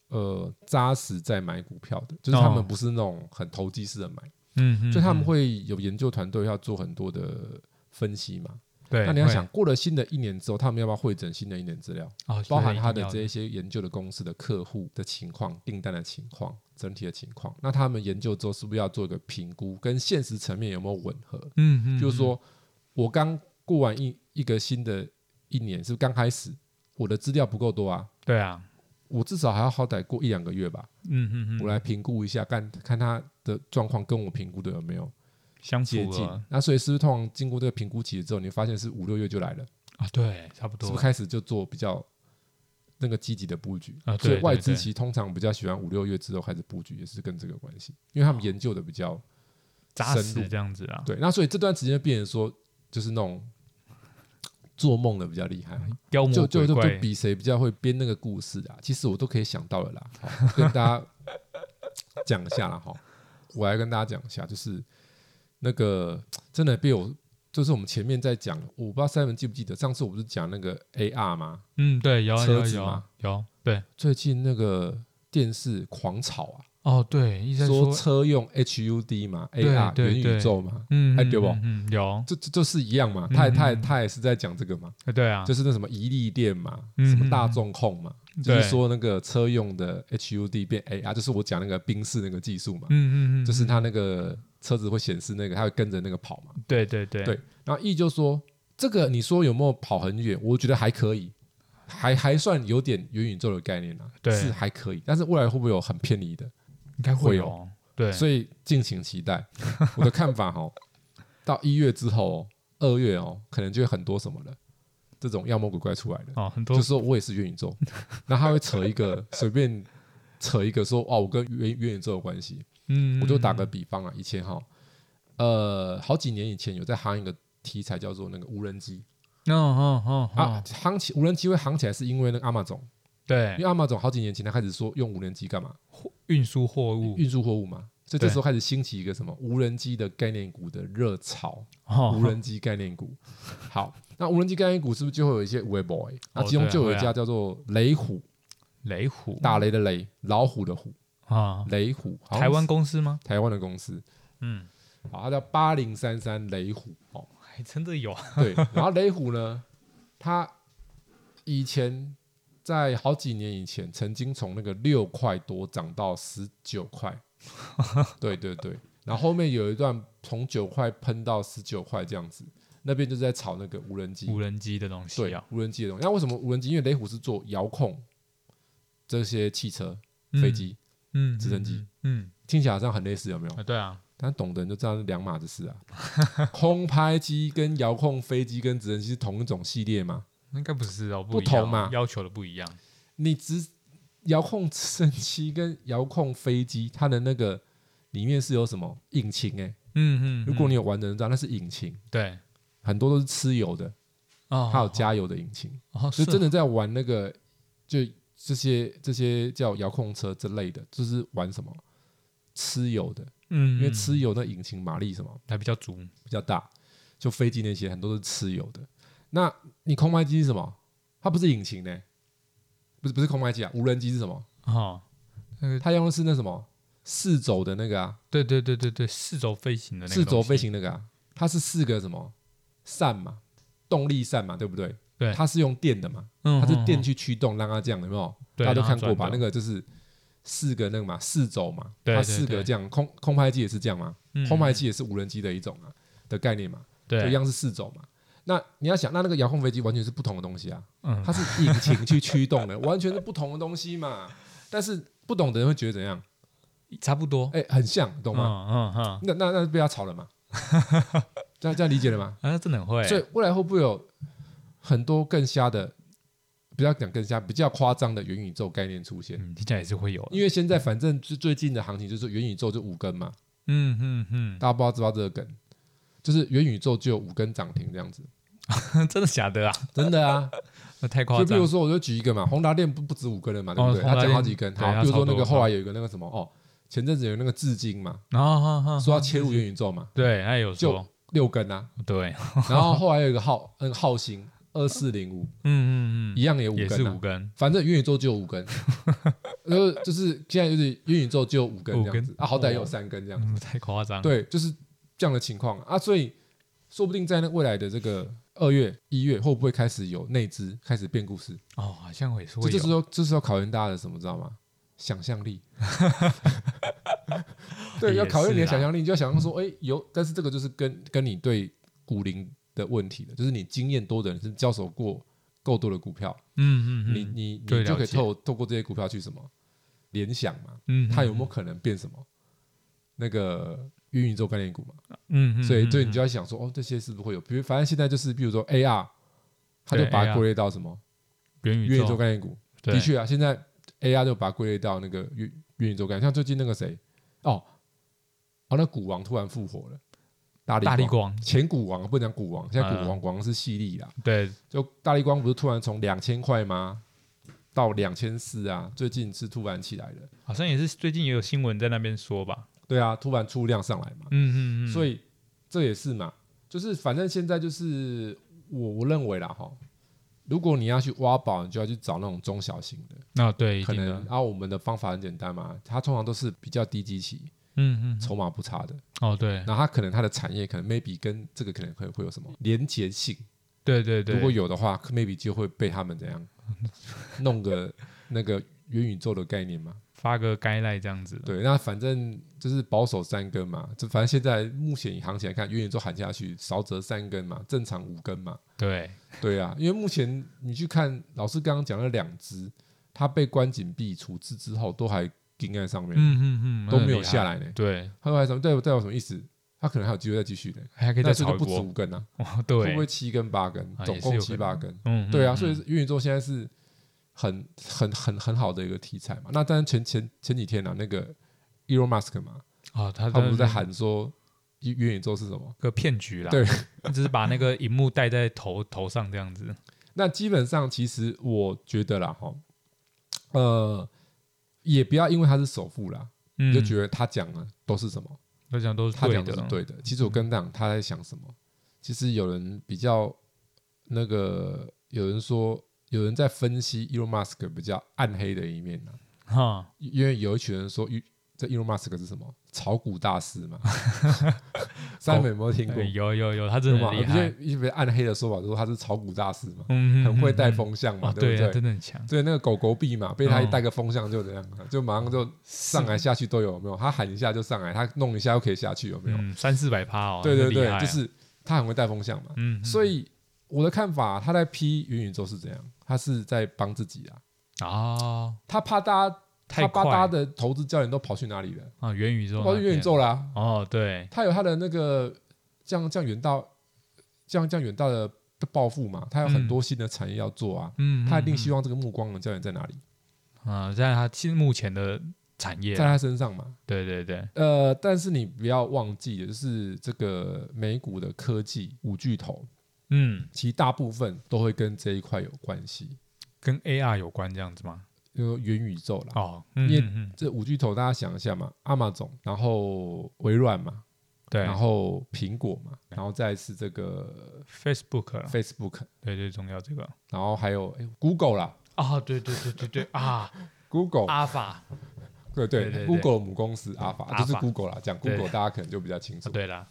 呃扎实在买股票的，就是他
哦
们不是那种很投机式的买，
嗯嗯，
所以他
嗯
们会有研究团队要做很多的分析嘛。
对，
那你要
会
想，过了新的一年之后，他们要不要会诊新的一年资料，
哦，
包含他
的
的这一些研究的公司的客户的情况、订单的情况、整体的情况？那他们研究之后是不是要做一个评估，跟现实层面有没有吻合？
嗯嗯，
就是说我刚过完一一个新的一年，是不是刚开始我的资料不够多啊？
嗯对啊，
我至少还要好歹过一两个月吧，
嗯嗯嗯，
我来评估一下，看看他的状况跟我评估的有没有
相
接
符
近
了。
那所以是不是通常经过这个评估期之后，你会发现是五六月就来了？
啊，对，差不多，
是不是开始就做比较那个积极的布局？
啊对
所以外
对
资
对
其实通常比较喜欢五六月之后开始布局，也是跟这个有关系，因为他们研究的比
哦
较
扎
深
实
入
这样子啊，
对。那所以这段时间变成说，就是那种做梦的比较厉害，
妖魔
就就
鬼
就
怪，
比谁比较会编那个故事啊。其实我都可以想到了啦， 好跟大家讲一下啦哈。我来跟大家讲一下，就是那个真的被我。就是我们前面在讲，我不知道 Simon 记不记得，上次我不是讲那个 AR 吗？
嗯，对，有
车
有
子
有
嘛
有，对，
最近那个电视狂炒啊，
哦，对，一直在
说
说，
车用 HUD 嘛
对
，AR
对
元宇宙嘛，
嗯，
哎
嗯
对不
嗯，嗯有，
这这就是一样嘛，他也
嗯
他也
嗯
他也是在讲这个嘛，
哎对啊，
就是那什么一利电嘛，
嗯
什么大众控嘛，就
对
是说那个车用的 HUD 变 AR，就是我讲那个宾士那个技术嘛，
嗯嗯嗯，
就是
嗯
它那个车子会显示那个，它会跟着那个跑嘛，
对对对
对，然后 E 就说这个你说有没有跑很远？我觉得还可以，还还算有点元宇宙的概念啊，
对
是还可以，但是未来会不会有很偏离的？
应该
会
会
有
有，对，
所以敬请 期待。我的看法哦，到一月之后、哦，二月哦，可能就会很多什么了，这种妖魔鬼怪出来了，
哦，很
就
多
是说我也是元宇 宙，然后他会扯一个随便扯一个说哦，我跟元元宇宙有关系。
嗯，
我就打个比方啊，以前哈、呃，好几年以前有在夯一个题材叫做那个无人机
嗯，哦哦哦
啊
哦，，
夯起无人机会夯起来是因为那个阿玛总，因
对
为，阿玛总好几年前他开始说用无人机干嘛？
货运输货物，
运输货物嘛，所以这
嗯对
时候开始兴起一个什么无人机的概念股的热潮，
哦
无人机概念股。好，那无人机概念股是不是就会有一些 w e b o y 那其中
对啊
就有一
会
家
啊
叫做雷虎，
雷虎
打雷的雷，老虎的虎，
啊，
雷虎，好像
台湾
是
公司吗？
哦台湾的公司，
嗯，
好，它叫八零三三雷虎哦，
还真的有啊，
对，然后雷虎呢，它以前。在好几年以前，曾经从那个六块多涨到十九块，对对对，然后后面有一段从九块喷到十九块这样子，那边就是在炒那个无人机，
无人机的东西
对
啊，
无人机的东西。那为什么无人机？因为雷虎是做遥控这些汽车、
嗯
飞，机，
嗯，
直
嗯
升机，
嗯，
听起来好像很类似，有没有
嗯？啊，对啊，
但懂的人就知道是两码子事啊。 空拍机跟遥控飞机跟直升机是同一种系列嘛？
应该不是哦，
不
一样
同嘛
要求的不一样。
你直遥控直升机跟遥控飞机，它的那个里面是有什么引擎、欸？
嗯嗯，
如果
嗯
你有玩的人知道，那是引擎，
对
很多都是吃油的，
哦，
还有加油的引擎。
哦，
所
是
以真
哦
的在玩那个，就这些这些叫遥控车之类的，就是玩什么吃油的，
嗯，
因为
嗯
吃油那引擎马力什么
还比较足，
比较大，就飞机那些很多都是吃油的。那你空拍机是什么？它不是引擎呢、不是不是空拍机啊，无人机是什么？
哦，
它用的是那什么四轴的那个啊，
对对对对对，四轴飞行的那个
四轴
东西
飞，行那个啊，它是四个什么扇嘛，动力扇嘛，对不对？
对
它是用电的嘛，
嗯，
它是
嗯
电，
嗯
去驱动，让它这样，有没有？
对
大家都
让它
看过
转
吧？
动
那个就是四个那个嘛，四轴嘛，
对
它
对
四个
对
这样，空空拍机也是这样嘛，
嗯
空拍机也是无人机的一种啊的概念嘛，就一
对，
样是四轴嘛。那你要想，那那个遥控飞机完全是不同的东西啊，
嗯
它是引擎去驱动的，完全是不同的东西嘛。但是不懂的人会觉得怎样？
差不多，
哎，很像，懂
嗯
吗？
嗯嗯，
那那那被他吵了嘛？这样这样理解了吗？
啊，真的很会，
所以未来会不会有很多更瞎的不要讲更瞎，比较夸张的元宇宙概念出现。
嗯，听起来也是会有的，
因为现在反正最最近的行情就是元宇宙就五根嘛，
嗯嗯嗯
大家不知道知不知道这个梗，就是元宇宙就有五根涨停这样子，
哼，真的假的啊？
真的啊。
那太夸
就比
张
如
了，
说，我就举一个嘛，宏达电不不止五根了嘛，对
哦
不对？
宏
他
达
讲好
电
几根，
对
好，
它
比如
超
说那
多
个后
超
来有一个那个什么哦，前阵子有那个致敬嘛，
然后哈哈，
说要切入元宇宙嘛，
对，他也有嗯
就
说，
六根啊，
对，
然后后来有一个浩那个浩星二四零五
嗯嗯
一样也五
嗯，也
根
是五
啊，
根，
反正元宇宙就有 五根，呃，就是现在就是元宇宙就有五根这样子
五根
啊，好歹也有三根这样子，
嗯，太夸张，，
对，就是这样的情况啊，所以说不定在那未来的这个二月一月会不会开始有内资开始变故事？
哦，好像也是
这
会
就是
有，
说，这是要考验大家的什么，知道吗？想 象力。对，
也
要考验你的
是啦
想象力，你就要想象说，哎、有，但是这个就是跟跟你对股龄的问题了，就是你经验多的人是交手过够多的股票，
嗯嗯
你
嗯，
你
对
你就
了
可以
解
透透过这些股票去什么联想嘛，
嗯，
它有没有可能变什么那个元宇宙概念股嘛？
嗯，嗯嗯，
所以，所以
嗯
你就要想说，哦，这些是不是会有？比如，反正现在就是，比如说 AR，它就
对
把
AR
它归类到什么
元宇
元宇宙
宙，
概念股。
对
的，确啊，现在 AR 就把它归类到那个元元宇宙概念，像最近那个谁，哦，哦，那股王突然复活了，大力
大力
光，
光，
前股王不能讲股王，现在股
嗯
王股王是犀利啦，
对，
就大力光不是突然从两千块吗？到两千四啊，最近是突然起来的，
好像也是最近也有新闻在那边说吧，
对啊，突然出量上来嘛，
嗯嗯嗯，
所
以
以这也是嘛，就是反正现在就是我我认为啦哈，如果你要去挖宝，你就要去找那种中小型的，
那哦对，一
可
定的嗯
能，啊，我们的方法很简单嘛，它通常都是比较低基期、
嗯嗯嗯，
筹码不差的，
哦对，
那它可能它的产业可能 maybe 跟这个可能会会有什么连结性，
对对对，
如果有的话，maybe 就会被他们怎样弄个那个元宇宙的概念嘛。
发个该赖这样子，
对，那反正就是保守三根嘛，就反正现在目前以行情来看，元宇宙喊下去少则三根嘛，正常五根嘛。
对，
对啊，因为目前你去看老师刚刚讲的两只，它被关紧闭处置之后都还盯在上面。
嗯嗯嗯，
都
那
没有
厉害
下，来呢、
对，
他还什么？对我对我有什么意思？他可能还有机会再继续呢、
还可以再
那这就
炒一
不止
波，
五根啊，
哇
会
对
不，会七根八根
啊，
总
也
共
是
七
有可
八根？
嗯，嗯
对啊，
嗯
所以元宇宙现在是很很很很好的一个题材嘛。那当然前前前几天啊，那个 Elon Musk 嘛，
啊，他
他不是在
喊。
喊说元元宇宙是什么？
个骗局啦，
对，
只是把那个荧幕戴在头头上这样子，
那基本上其实我觉得啦，哈，呃，也不要因为他是首富啦，
嗯，
你 就觉得他讲的都是什么。
我讲嗯都是
他
对
讲
的
的是，对的。其实我跟他讲他在想什么，其实有人比较那个，有人说有人在分析 Elon Musk 比较暗黑的一面呢、啊
哈，
因为有一群人说，这 Elon Musk 是什么炒股大 师嘛？三美有没有听过
哦对？哎有有有，他真
有
的
嘛？
很
有
厉害，
些一些暗黑的说法，就说他是炒股大师嘛，
嗯，
很会带
嗯嗯
风向
嗯
嘛，
啊，
对
对
不
啊，
对？
真的很强，
对，那个狗狗币嘛，被他一
嗯
带个风向就怎样
哦
啊，就马上就上来下去都有，有没有？他喊一下就上来，他弄一下又可以下去，有没有？
嗯，三四百趴哦，
对
那
对
厉害
对，
啊
就是他很会带风向嘛。
嗯，
所以我的看法，他在批元宇宙是怎样？他是在帮自己啊，
啊，哦
他怕大家，
太
他怕
快
大家的投资焦点都跑去哪里了？
啊，元宇宙
都
那
跑
边，
去元宇宙啦。
哦，对，
他有他的那个这样这样远大，这样这样远大的抱负嘛，他有很多新的产业要做啊。
嗯，
他一定希
望
望这个目光的焦点在哪里，
啊，在他现目前的产业
在，他身上嘛。
对对对，
呃，但是你不要忘记，就是这个美股的科技五巨头，
嗯，
其实大部分都会跟这一块有关系。
跟 AR 有关这样子吗？
就是元宇宙啦。
哦，嗯
因为
嗯嗯，
这五巨头大家想一下嘛，阿玛总，然后微软嘛，
对
然后苹果嘛，然后再是这个
，Facebook，啦
Facebook，
对对，重要这个，
然后还有、哎 Google 啦
啊，对对对对对啊，
，Google，、
阿法，
对对
对对对
g o o g l e 母公司阿法
Alpha
就是 Google 啦，讲
对
Google 大家可能就比较清楚。
对啦，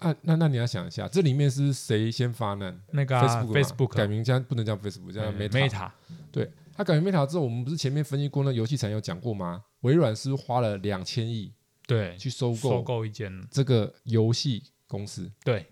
啊，那那你要想一下，这里面是谁先发难、
那个
f a
啊
c e b o o k
Facebook
改名叫不能叫 Facebook，叫
嗯
Meta。
Meta
对，它改名 Meta 之后，我们不是前面分析过那游戏产业有讲过吗？微软是不是花了两千亿
对，
去收
收
购
购一间，
这个游戏公司，
对，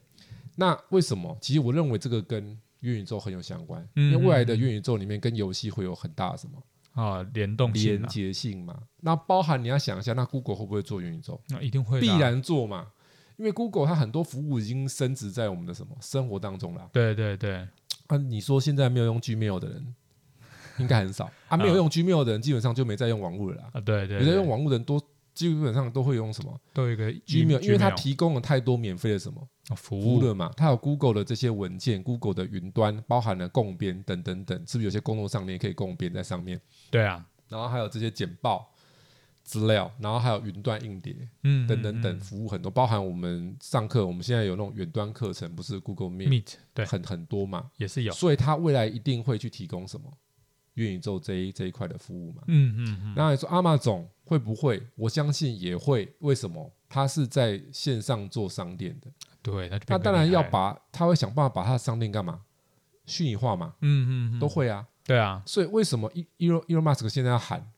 那为什么？其实我认为这个跟元宇宙很有相关，
嗯
因为未来的元宇宙里面跟游戏会有很大的什么
啊，联动性
连
啊，
接性嘛。那包含你要想一下，那 Google 会不会做元宇宙？
那一定会的
必
啊，
然做嘛，因为 Google 它很多服务已经升值在我们的什么生活当中啦。啊
对对对，
啊，你说现在没有用 Gmail 的人，应该 很少啊。没有用 Gmail 的人，基本上就没在用网络了啦。
啊，对对
有在
对，
用网络的人多，基本上都会用什么
都有一个
Gmail，因为它
Gmail
提供了太多免费的什么
哦服
服务
务
了嘛。它有 Google 的这些文件，Google 的云端包含了共编等等等，是不是有些工作上你也可以共编在上面？
对啊，
然后还有这些简报资料，然后还有云端硬碟
嗯，
等等等，
嗯
服务很多，包含我们上课，我们现在有那种远端课程，不是 Google
嗯
Meet，
，Meet 对
很很多嘛，
也是有，
所以它未来一定会去提供什么元宇宙这一这一块的服务嘛。
嗯嗯嗯，
那你说 Amazon 会不会？我相信也会。为什么？它是在线上做商店的，
对，那就变
那当
更
然
厉
要
害了，
把，它会想办法把它的商店干嘛？虚拟化嘛，
嗯嗯嗯，
都会啊。
对啊，
所以为什么 E Elon Elon Musk 现在要喊？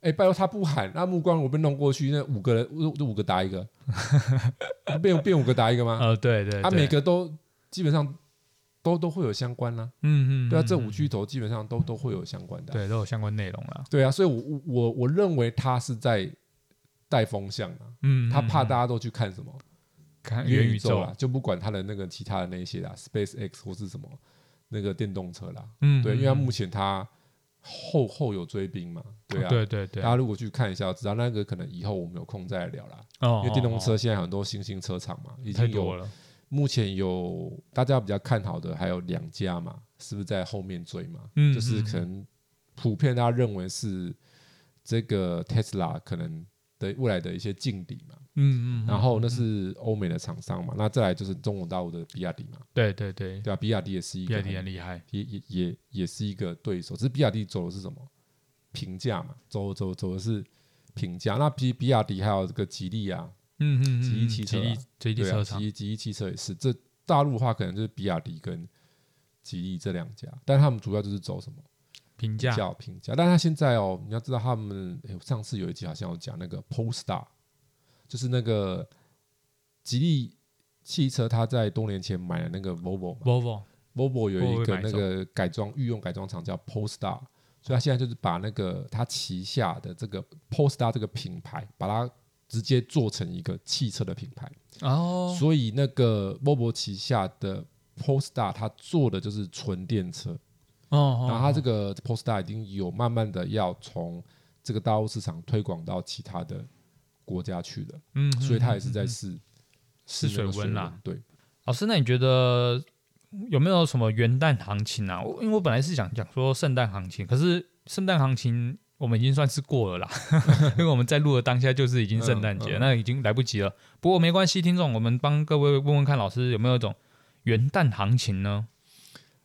哎，拜托他不喊，那目光我被弄过去，那五个人，五五个打一个， 变变五个打一个吗？
呃，对对，
啊，
对
每个都基本上都都会有相关啦、
嗯嗯，
对啊，
嗯
这
嗯
五巨头基本上都都会有相关的啊、
对都有相关内容了，
对啊，所以我我我我认为他是在带风向啊，
嗯，
他怕
嗯
大家都去看什么
看元宇宙啊
啦，，就不管他的那个其他的那些啦，Space X 或是什么那个电动车啦，
嗯，
对，因为
他
他目前他后后有追兵嘛，对啊，
哦对对对，
大家如果去看一下，知道那个可能以后我们有空再聊啦。
哦，
因为电动
哦
车现在很多新兴车厂嘛，已
太
经
多
有
了，
目前有大家比较看好的还有两家嘛，是不是在后面追嘛？
嗯
就是
嗯
可能普遍大家认为是这个 Tesla 可能的未来的一些劲敌嘛，
嗯嗯，
然
嗯
后那是欧美的厂商嘛，那再来就是中国大陆的比亚迪嘛，
对对对，
对吧、比亚迪也是一
比
个
亚
很
迪很厉害，
也也也也是一个对手，只是比亚迪走的是什么平价嘛，走走走的是平价。那比比亚迪还有这个吉利啊，
嗯嗯，
吉利
嗯
汽车
吉利
啊
吉利
对
车
啊，
厂
吉，利吉利汽车也是。这大陆的话，可能就是比亚迪跟吉利这两家，但他们主要就是走什么
评
比
价
较平价。但他现在哦，你要知道他们，诶我上次有一集好像有讲那个 Polestar，就是那个吉利汽车，他在多年前买了那个 Volvo 嘛。
Volvo，
Volvo 有一
Volvo
个
买
那
走
个改装御用改装厂叫 Polestar，所以他现在就是把那个他旗下的这个 Polestar 这个品牌，把它直接做成一个汽车的品牌。
哦，
所以那个 Volvo 旗下的 Polestar，它做的就是纯电车。
哦哦，
然后它这
个
个 Polestar 已经有慢慢的要从这个大陆市场推广到其他的国家去了，
嗯，
所以它也
嗯
是在试试
试
那个
水温啦。
对，
老师，那你觉得有没有什么元旦行情啊？我因为我本来是想讲说圣诞行情，可是圣诞行情我们已经算是过了啦， 因为我们在录的当下就是已经圣诞节，
嗯嗯
那已经来不及了。不过没关系，听众，我们帮各位问问看，老师有没有一种元旦行情呢？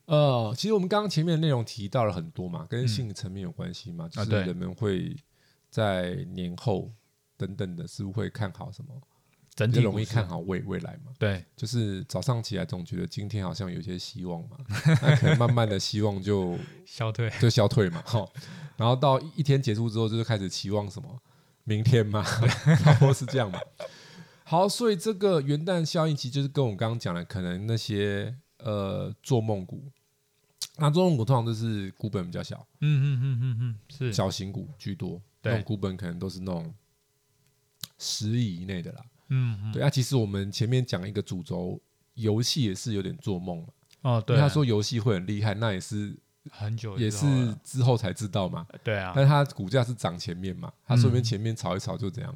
呃，其实我们刚刚前面的内容提到了很多嘛，跟性层面有关系嘛，
嗯
就
啊
是
对
人们会在年后等等的，是不是会看好什么？
整
比
体
较容易
股市啊
看，好未未来嘛？
对，
就是早上起来总觉得今天好像有些希望嘛， 那可能慢慢的希望就
消退，
就消退嘛，哈。然后到一一天结束之后，就是开始期望什么明天嘛， 差不多是这样嘛。好，所以这个元旦效应其实就是跟我们刚刚讲的，可能那些呃做梦股，那做梦股通常都是股本比较小，
嗯嗯嗯嗯嗯，是，
小型股居多，
对
那种股本可能都是那种十亿以内的啦。
嗯嗯，
对啊，其实我们前面讲一个主轴，游戏也是有点做梦嘛。
哦，
因
对
为
啊，
他说游戏会很厉害，那也是
很久
也
之后
是
了，
之后才知道嘛。
对啊，
但是它股价是涨前面嘛，它说明前面炒一炒就这样，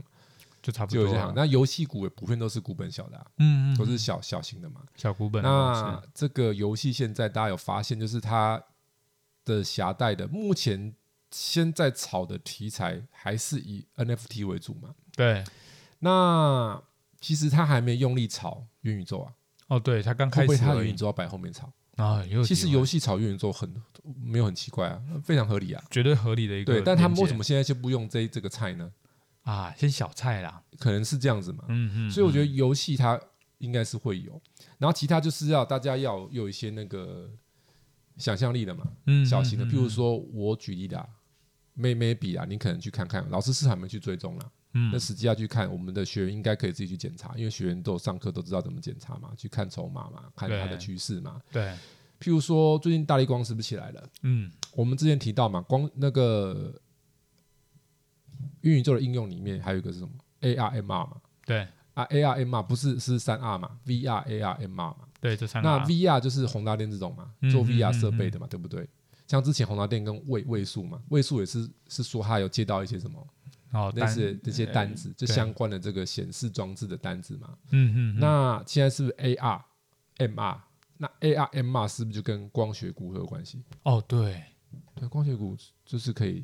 就嗯差不
就
多
有些行。
了，
那游戏股也普遍都是股本小的、啊，
嗯嗯，嗯
都是小小型的嘛。
小股本的公司，
那这个游戏现在大家有发现，就是它的狭带的，目前现在炒的题材还是以 NFT 为主嘛。
对，
那其实它还没用力炒元宇宙啊，
哦，对，他刚
会
开
不会
始
它
而
元宇
已
宙要摆后面炒？
啊，也有
其
机
实
会
游戏炒元宇宙很没有很奇怪啊，非常合理啊。
绝对合理的一个
对，
连接。
但他们为什么现在就不用这这个菜呢？
啊？先小菜啦，
可能是这样子嘛。
嗯嗯，
所以我觉
得
得游戏它应该是会有，然后其他就是要大家要有一些那个想象力的嘛，
嗯
小型的，譬如，
嗯
说我举例啦，妹妹比啊，你可能去看看，老师是还没去追踪啦，
嗯
那实际要去看，我们的学员应该可以自己去检查，因为学员都有上课都知道怎么检查嘛，去看筹码嘛，看它的
对
趋势嘛。
对，
譬如说最近大力光是不是起来了？
嗯
我们之前提到嘛，光那个元宇宙的应用里面还有一个是什么 AR MR 嘛。
对
啊，AR MR 不是是三 R 嘛，VR AR MR 嘛，
对，这三个
那
啊
VR 就是宏达电这种嘛
嗯，
做
嗯
VR
嗯
设备的嘛，对不对？像之前红茶店跟位位数嘛，位数也是是说他有接到一些什么
哦，
类
但
似
是
这些单子，就
呃对
相关的这个显示装置的单子嘛。
嗯嗯，
那现在是不是 AR、MR？那 AR、MR 是不是就跟光学骨会有关系？
哦对
对，光学骨就是可以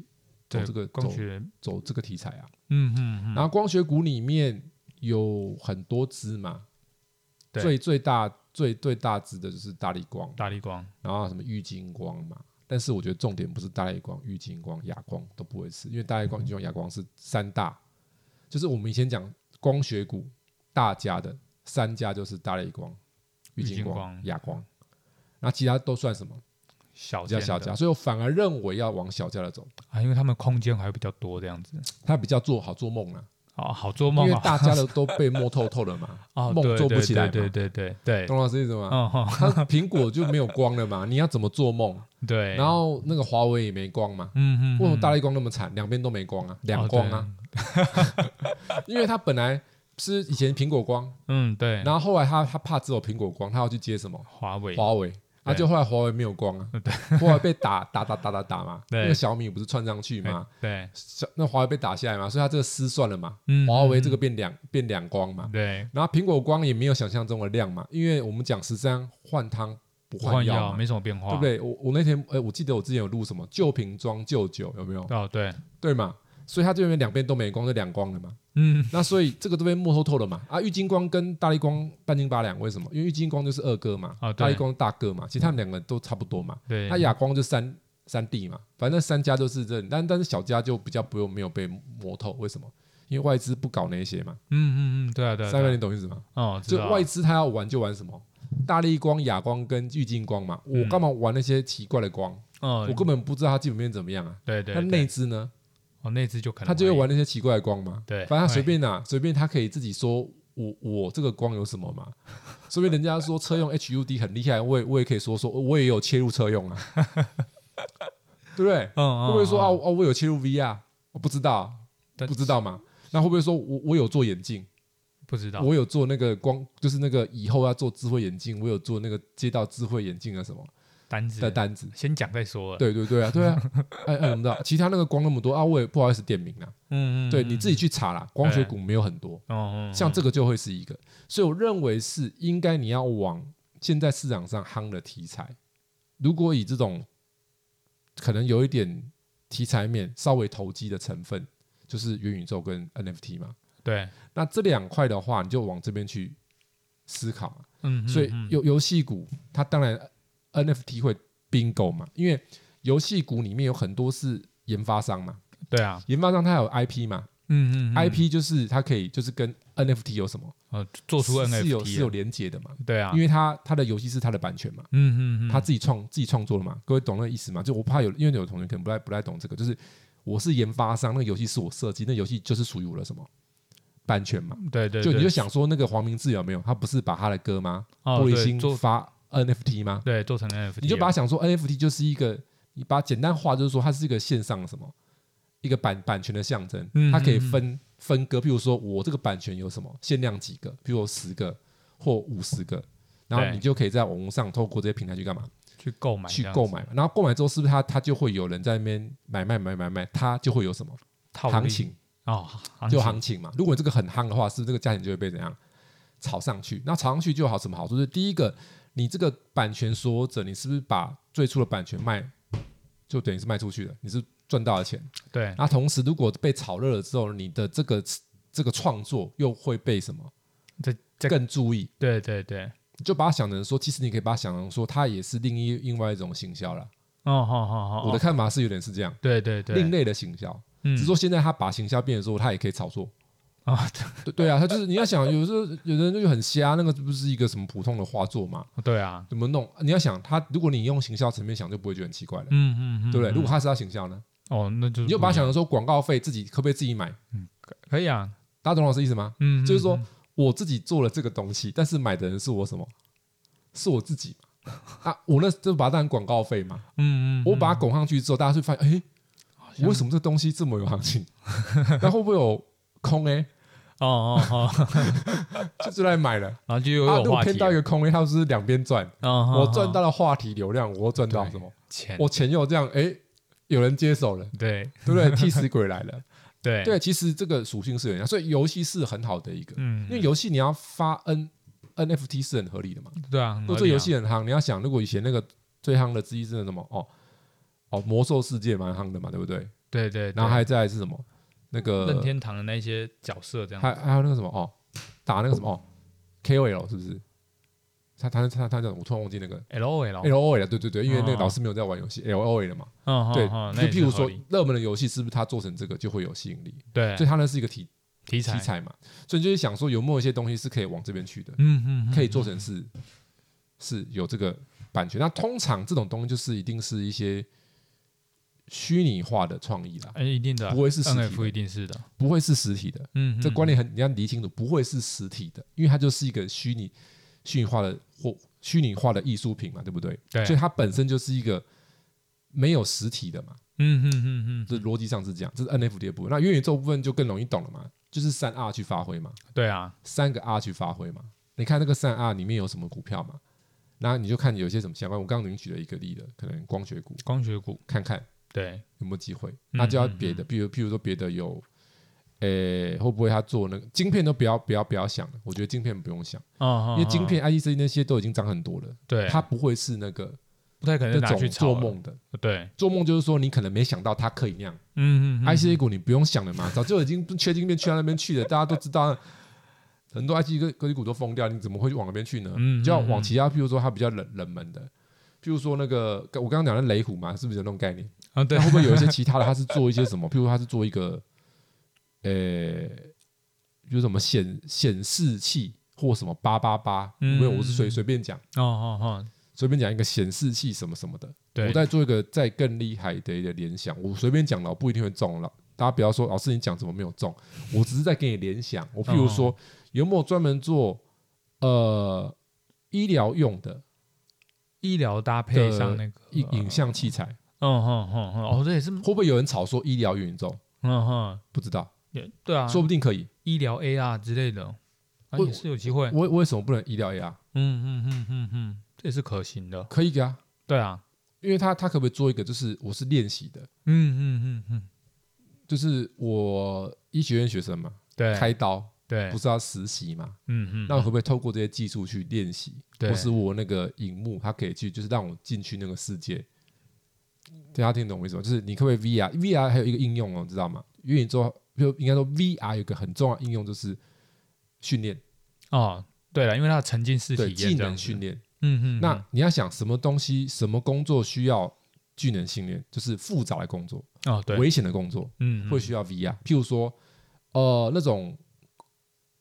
走
对，
这个
光
走
学，
走这个题材啊。
嗯嗯嗯，
然后光学骨里面有很多支嘛，
对
最最大最最大支的就是大力光，
大力光，
然后什么郁金光嘛。但是我觉得重点不是大力光、郁金光、哑光都不会吃，因为大力光、郁金光、哑光是三大，就是我们以前讲光学股大家的三家就是大力光、郁金
郁金
光
光、
哑光，那其他都算什么？
小
比较
件
小
的
家，所以我反而认为要往小家的走，
啊，因为他们空间还比较多这样子，
它比较做好做梦啦、啊
哦，好做
因
梦
为
啊，
大家的都被摸透透了嘛，
哦，
梦
对
做不
对
起来嘛
对对对对对，
懂老师意思吗？
嗯哼，
它苹果就没有光了嘛，你要怎么做 梦？
对，
然后那个华为也没光嘛，
哎嗯嗯，哦
为什么大力光那么惨？两边都没光啊，两光啊， 因为它本来是以前苹果光，
嗯对，
然后后来它它怕只有苹果光，它要去接什么
华为，
华为。啊！
对
就后来华为没有 光啊，后来被打打打打打打嘛，
对
那个小米不是窜上去嘛，
对，
小那华为被打下来嘛，所以它这个失算了嘛，
嗯，
华为
嗯
这个变两变两光嘛，
对，
然后苹果光也没有想象中的亮嘛，因为我们讲十三换汤不
不换
换药
药
嘛，
没什么啊变化，
对不？对？我我那天呃，我记得我之前有录什么旧瓶装旧酒，有没有？
哦对，
对嘛？所以它这边两边都没光，就两光了嘛。
嗯
那所以这个都被摸透透了嘛。啊，郁金光跟大力光半斤八两，为什么？因为郁金光就是二哥嘛，
哦对
大力光大哥嘛，其实他们两个都差不多嘛。
对，
那、亚光就三三弟嘛，反正三家都是这，但但是小家就比较不用没有被摸透，为什么？因为外资不搞那些嘛。
嗯嗯嗯，对啊对啊，
三
对
个
啊
你懂意思吗？
哦，知
就
道
外资他要玩就玩什么大力光、哑光跟郁金光嘛，我干嘛玩那些奇怪的光？
嗯哦
我，根本不知道它基本面怎么样啊。
对对，
那
对
内资呢？
哦那只就可能
他就会
会
玩那些奇怪的光嘛。
对哎
反正他随
会
便拿，随便他可以自己说我我这个光有什么嘛？随便人家说车用 HUD 很厉害，我也我也可以说说我也有切入 车用啊，对不对？
嗯嗯，
会不会说
嗯
啊哦我有切入 VR？我不知道，
但
不知道嘛？那会不会说我我有做眼镜？
不知道？
我有做那个光，就是那个以后要做智慧眼镜，我有做那个接到智慧眼镜啊的什么
单子
的单子。
先讲再说了，
对对对啊，对 啊，哎哎，我们知道，其他那个光那么多啊，我也不好意思点名啊。
嗯嗯，
对，
嗯
你自己去查啦，光学股没有很多，
哦，嗯
像这个就会是一个，所以我认为是应该你要往现在市场上夯的题材，如果以这种可能有一点题材面稍微投机的成分，就是元宇宙跟 NFT 嘛，
对，
那这两块的话，你就往这边去思考嘛。
嗯，
所以
嗯嗯
游游戏股它当然 NFT 会 bingo 嘛，因为游戏股里面有很多是研发商嘛，
对啊，
研发商它有 IP 嘛、
嗯嗯嗯
i p 就是它可以就是跟 NFT 有什么
呃做出
是
NFT
是有是有
了
连接的嘛，
对啊，
因为它它的游戏是它的版权嘛，
嗯嗯嗯，
它自己创自己创作的嘛，各位懂那个意思吗？就我怕有因为有同学可能不太不太懂这个，就是我是研发商，那个游戏是我设计，那游戏就是属于我的什么版权嘛。
对对，
就你
对
就想说那个黄明志有没有？他不是把他的歌吗？
哦
玻璃
对
心
做
发 NFT 吗？
对做成 NFT，
你就把它
了
想说 NFT 就是一个，你把它简单化，就是说它是一个线上的什么，一个版版权的象征
嗯，
它可以
嗯嗯
分分割，譬如说我这个版权有什么限量几个，譬如十个或五十个，然后
对
你就可以在网络上透过这些平台去干嘛？
去购买
去
这样
购
子
买嘛。然后购买之后，是不是它它就会有人在那边买卖买买买，它就会有什么
套利
行情？
哦，行
就
情
行情嘛。如果你这个很夯的话，是不是这个价钱就会被怎样炒上去？那炒上去就有好什么好处？就是第一个，你这个版权所有者，你是不是把最初的版权卖，就等于是卖出去了，你是赚到了钱。
对
那同时，如果被炒热了之后，你的这个这个创作又会被什么
这这
更注意？
对对对，
你就把它想成说，其实你可以把它想成说，它也是另一另外一种行销了。
哦好好好，
我的
哦
看法是有点是这样，
对对对，
另类的行销。
嗯
只是说现在他把行销变的时候，他也可以炒作。
啊
对对啊，他就是你要想，有时候有的人就很瞎，那个不是一个什么普通的画作嘛？
对啊，
怎么弄？你要想他，如果你用行销层面想，就不会觉得很奇怪了，
嗯嗯嗯，
对不对？
嗯
如果他是要行销呢，
哦那就是
你就把它
不一
想
样
成说广告费自己可不可以自己买？
可以啊，
大家懂老师意思吗？
嗯，
就是说
嗯嗯
我自己做了这个东西，但是买的人是我什么？是我自己嘛？ 啊，我那就把它当成广告费嘛。
嗯嗯，
我把它拱上去之后，大家就发现，哎，
像
为什么这东西这么有行情？那会不会有空哎？
哦哦哦，
就就来买了。
然后就又
啊，
有
如果
话题
偏到一
了，
个空位，它是不是两边赚？
哦
我赚，到了话题流量，我又赚到什么？
前
我前有这样，哎、有人接手了，
对
对不对？ 替死鬼来了。
嗯对
对，其实这个属性是有样，所以游戏是很好的一个，
嗯，
因为游戏你要发 N NFT 是很合理的嘛。
对啊，很
如
合
果
理啊
这游戏很夯，你要想，如果以前那个最夯的之一是什么？哦哦，魔兽世界蛮夯的嘛，对不对？
对对，对
然后还在是什么？那个
任天堂的那些角色这样，
还还有那个什么哦，打那个什么哦，KOL 是不是？他他他他叫什么？我突然忘记那个
L O L，
LOL 了，对对对，因为那个
哦
老师没有在玩游戏 LOL 了嘛，
嗯，
对
哼，哼
就
那也是
譬如
合
说
理
热门的游戏是不是它做成这个就会有吸引力？
对
所以它那是一个题
题
题
材，
材嘛，所以你就是想说有没有一些东西是可以往这边去的，
嗯嗯，嗯
可以做成是是有这个版权。那通常这种东西就是一定是一些虚拟化的创意啦，
哎，一定的啊，
不会是实体的
N F 一定是的，
不会是实体的。
嗯，
这
嗯
观念很你要理清楚，不会是实体的，因为它就是一个虚拟虚拟化的或虚拟化的艺术品嘛，对不对？
对，
所以它本身就是一个没有实体的嘛，
嗯嗯嗯嗯，
这逻辑上是这样，这是 NFT 的部分。那元宇宙部分就更容易懂了嘛，就是三 R 去发挥嘛，
对啊，
三个 R 去发挥嘛。你看那个三 R 里面有什么股票嘛？那你就看有些什么相关。我刚刚已经举了一个例了，可能光学股，
光学股，
看看
对，
有没有机会。
嗯
那就要别的，比如譬如说别的有，诶、会不会他做那个晶片都不要不要不要想了，我觉得晶片不用想，
嗯，因
因为晶片 IEC 那些都已经涨很多了，
对，
它不会是那个
不太可能
那
拿去
种
炒
做
了，
梦的。
对，
做梦就是说，你可能没想到它可以那样。
嗯嗯嗯
IC 股你不用想了嘛，早就已经缺晶片去到那边去了，大家都知道，很多 IC 科科技股都疯掉，你怎么会往那边去呢？
嗯
就要
嗯
往
嗯
其他，譬如说它比较冷冷门的，譬如说那个我刚刚讲的雷虎嘛，是不是有那种概念？
啊，对
那，会不会有一些其他的？他是做一些什么？譬如他是做一个，呃，有什么显显示器或什么八八八？
嗯
没有，我是随随便讲，
哦哦哦，
随便讲一个显示器什么什么的。
对，
我再做一个再更厉害的一个联想，我随便讲了，我不一定会中了。大家不要说老师你讲怎么没有中，我只是在给你联想。我譬如说，
哦
有没有专门做呃医疗用的
医疗搭配上那个
影影，像器材？
嗯嗯嗯嗯，哦，这也是，嗯
会不会有人吵说医疗元宇宙？
嗯，
不知道，
也对啊，
说不定可以。
医疗 AR 之类的，啊，
我
也是有机会，嗯
我为什么不能医疗 AR？
嗯嗯嗯嗯，这也是可行的，
可以给啊，
对啊，
因为他他可不可以做一个，就是我是练习的，
嗯嗯嗯嗯，
就是我医学院学生嘛，
对
开刀
对
不，是要实习嘛？
嗯嗯，
那我可不可以透过这些技术去练习，
对
或是我那个荧幕，它可以去就是让我进去那个世界？大家听懂我意思吗？就是你可不可以 VR？VR 还有一个应用哦，知道吗？因为你做就应该说 VR 有一个很重要的应用就是训练，
哦，对了，因为它的沉浸式体
对
验这样
技
子，
能训练。
嗯，嗯嗯，
那你要想什么东西、什么工作需要技能训练，就是复杂的工作、
哦对，
危险的工作
嗯，嗯
会需要 VR。譬如说，呃，那种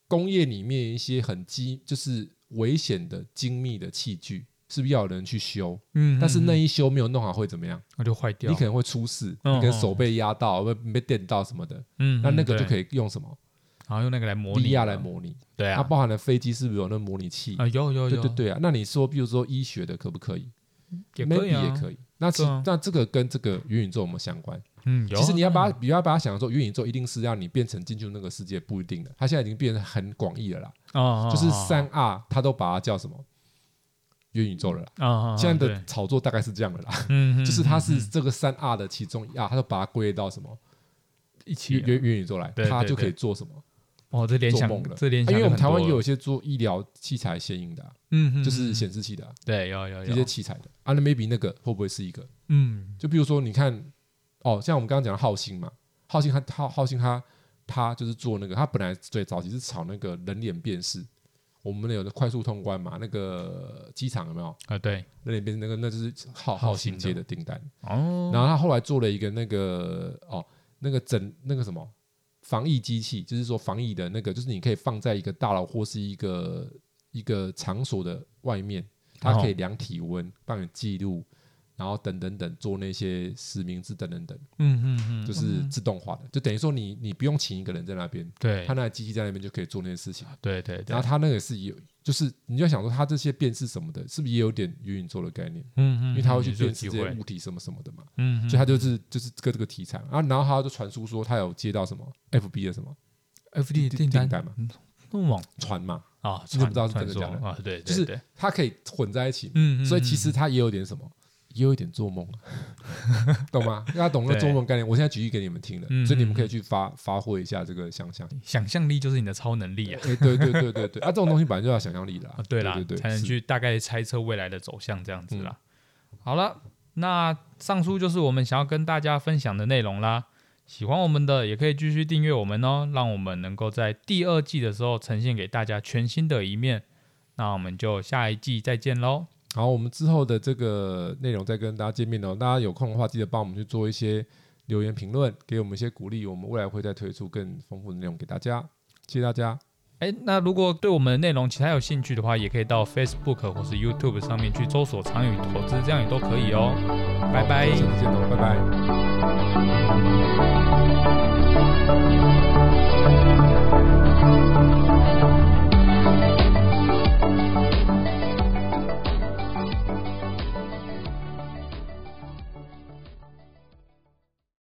工业里面一些很机，就是危险的精密的器具，是不是要有人去修？
嗯，
但是那
嗯
一修没有弄好会怎么样？
那就坏掉，
你可能会出事，
嗯
你可能手被压到、被被电到什么的。
嗯，
那那个就可
以，
以用什么
然后用那个来模拟
VR 来，模拟？
对
它
啊，
包含了飞机是不是有那模拟器？
啊有有
对
有，
对对啊！那你说，比如说医学的可不可以？
也
maybe
可以啊，
也可以。那其、
对啊
那这个跟这个元宇宙有没有相关？
嗯，有啊，
其实你要把
嗯
它，你要把它想说，元宇宙一定是让你变成进入那个世界，不一定的。它现在已经变得很广义了啦，
哦，
就是
哦
三 R，它都把它叫什么元宇宙了啦。
哦哦，
现在
对
的炒作大概是这样的啦，
嗯，嗯
就是它是
嗯嗯
这个三 R 的其中一 R，它都把它归类到什么
一起
元元元宇宙来，
对对
它就可以做什么？
哦，这联
做
想
梦了
这联
啊
想就很多了，
因为我们台湾也有一些做医疗器材相应的啊、
嗯，嗯，嗯
就是
嗯哎
显示器的啊、
对，有有
这些
有，
器材的啊，那 maybe 那个会不会是一个？
嗯，
就比如说，你看，哦，像我们刚刚讲的浩兴嘛，浩兴他浩浩兴他他就是做那个，他本来最早期是炒那个人脸辨识，我们有的快速通关嘛，那个机场有没有
啊对，
人脸辨识？那个那就是浩
浩
浩
兴
兴
的
接的订单，
哦，
然后他后来做了一个那个哦，那个整那个什么防疫机器，就是说防疫的那个，就是你可以放在一个大楼或是一个一个场所的外面，它可以量体温，帮你记录，然后等等等做那些实名制等等等，
嗯嗯嗯，
就是自动化的，就等于说你你不用请一个人在那边，
对
他那个机器在那边就可以做那些事情。
对对对
然，后他那个是有，就是你就想说他这些辨识什么的，是不是也有点元宇宙的概念？
嗯嗯，
因为他会去
也是有
辨
机
识这
会
些，物体什么什么的嘛。
嗯，嗯
所以他就是就是这个这个题材嘛。啊，然后他就传出说他有接到什么 FB 的什么
FD 订
订
单
单嘛，
那么猛
传嘛，
啊，
你怎
传
么知道是
传
真的假
说
的
啊，对，对
就是
对
它可以混在一起嘛。
嗯，嗯
所以其实
嗯
它也有点什么，也有一点做梦 啊、懂吗？大家懂那
对
做梦概念？我现在举例给你们听了，
嗯
所以你们
嗯
可以去发发挥一下这个想象。
想象力就是你的超能力啊！
哎、对对对对对，啊，这种东西本来就要想象力的、啊
啊，对啦，
对对，
才能
是嗯
去大概猜测未来的走向这样子啦。好了，那上述就是我们想要跟大家分享的内容啦。喜欢我们的也可以继续订阅我们哦，让我们能够在第二季的时候呈现给大家全新的一面。那我们就下一季再见喽。
好，我们之后的这个内容再跟大家见面哦。大家有空的话，记得帮我们去做一些留言评论，给我们一些鼓励，我们未来会再推出更丰富的内容给大家。谢谢大家，
哎，那如果对我们的内容其他有兴趣的话，也可以到 Facebook 或是 YouTube 上面去搜索“长宇投资”，这样也都可以哦。拜
好
拜
下。次见喽，拜拜。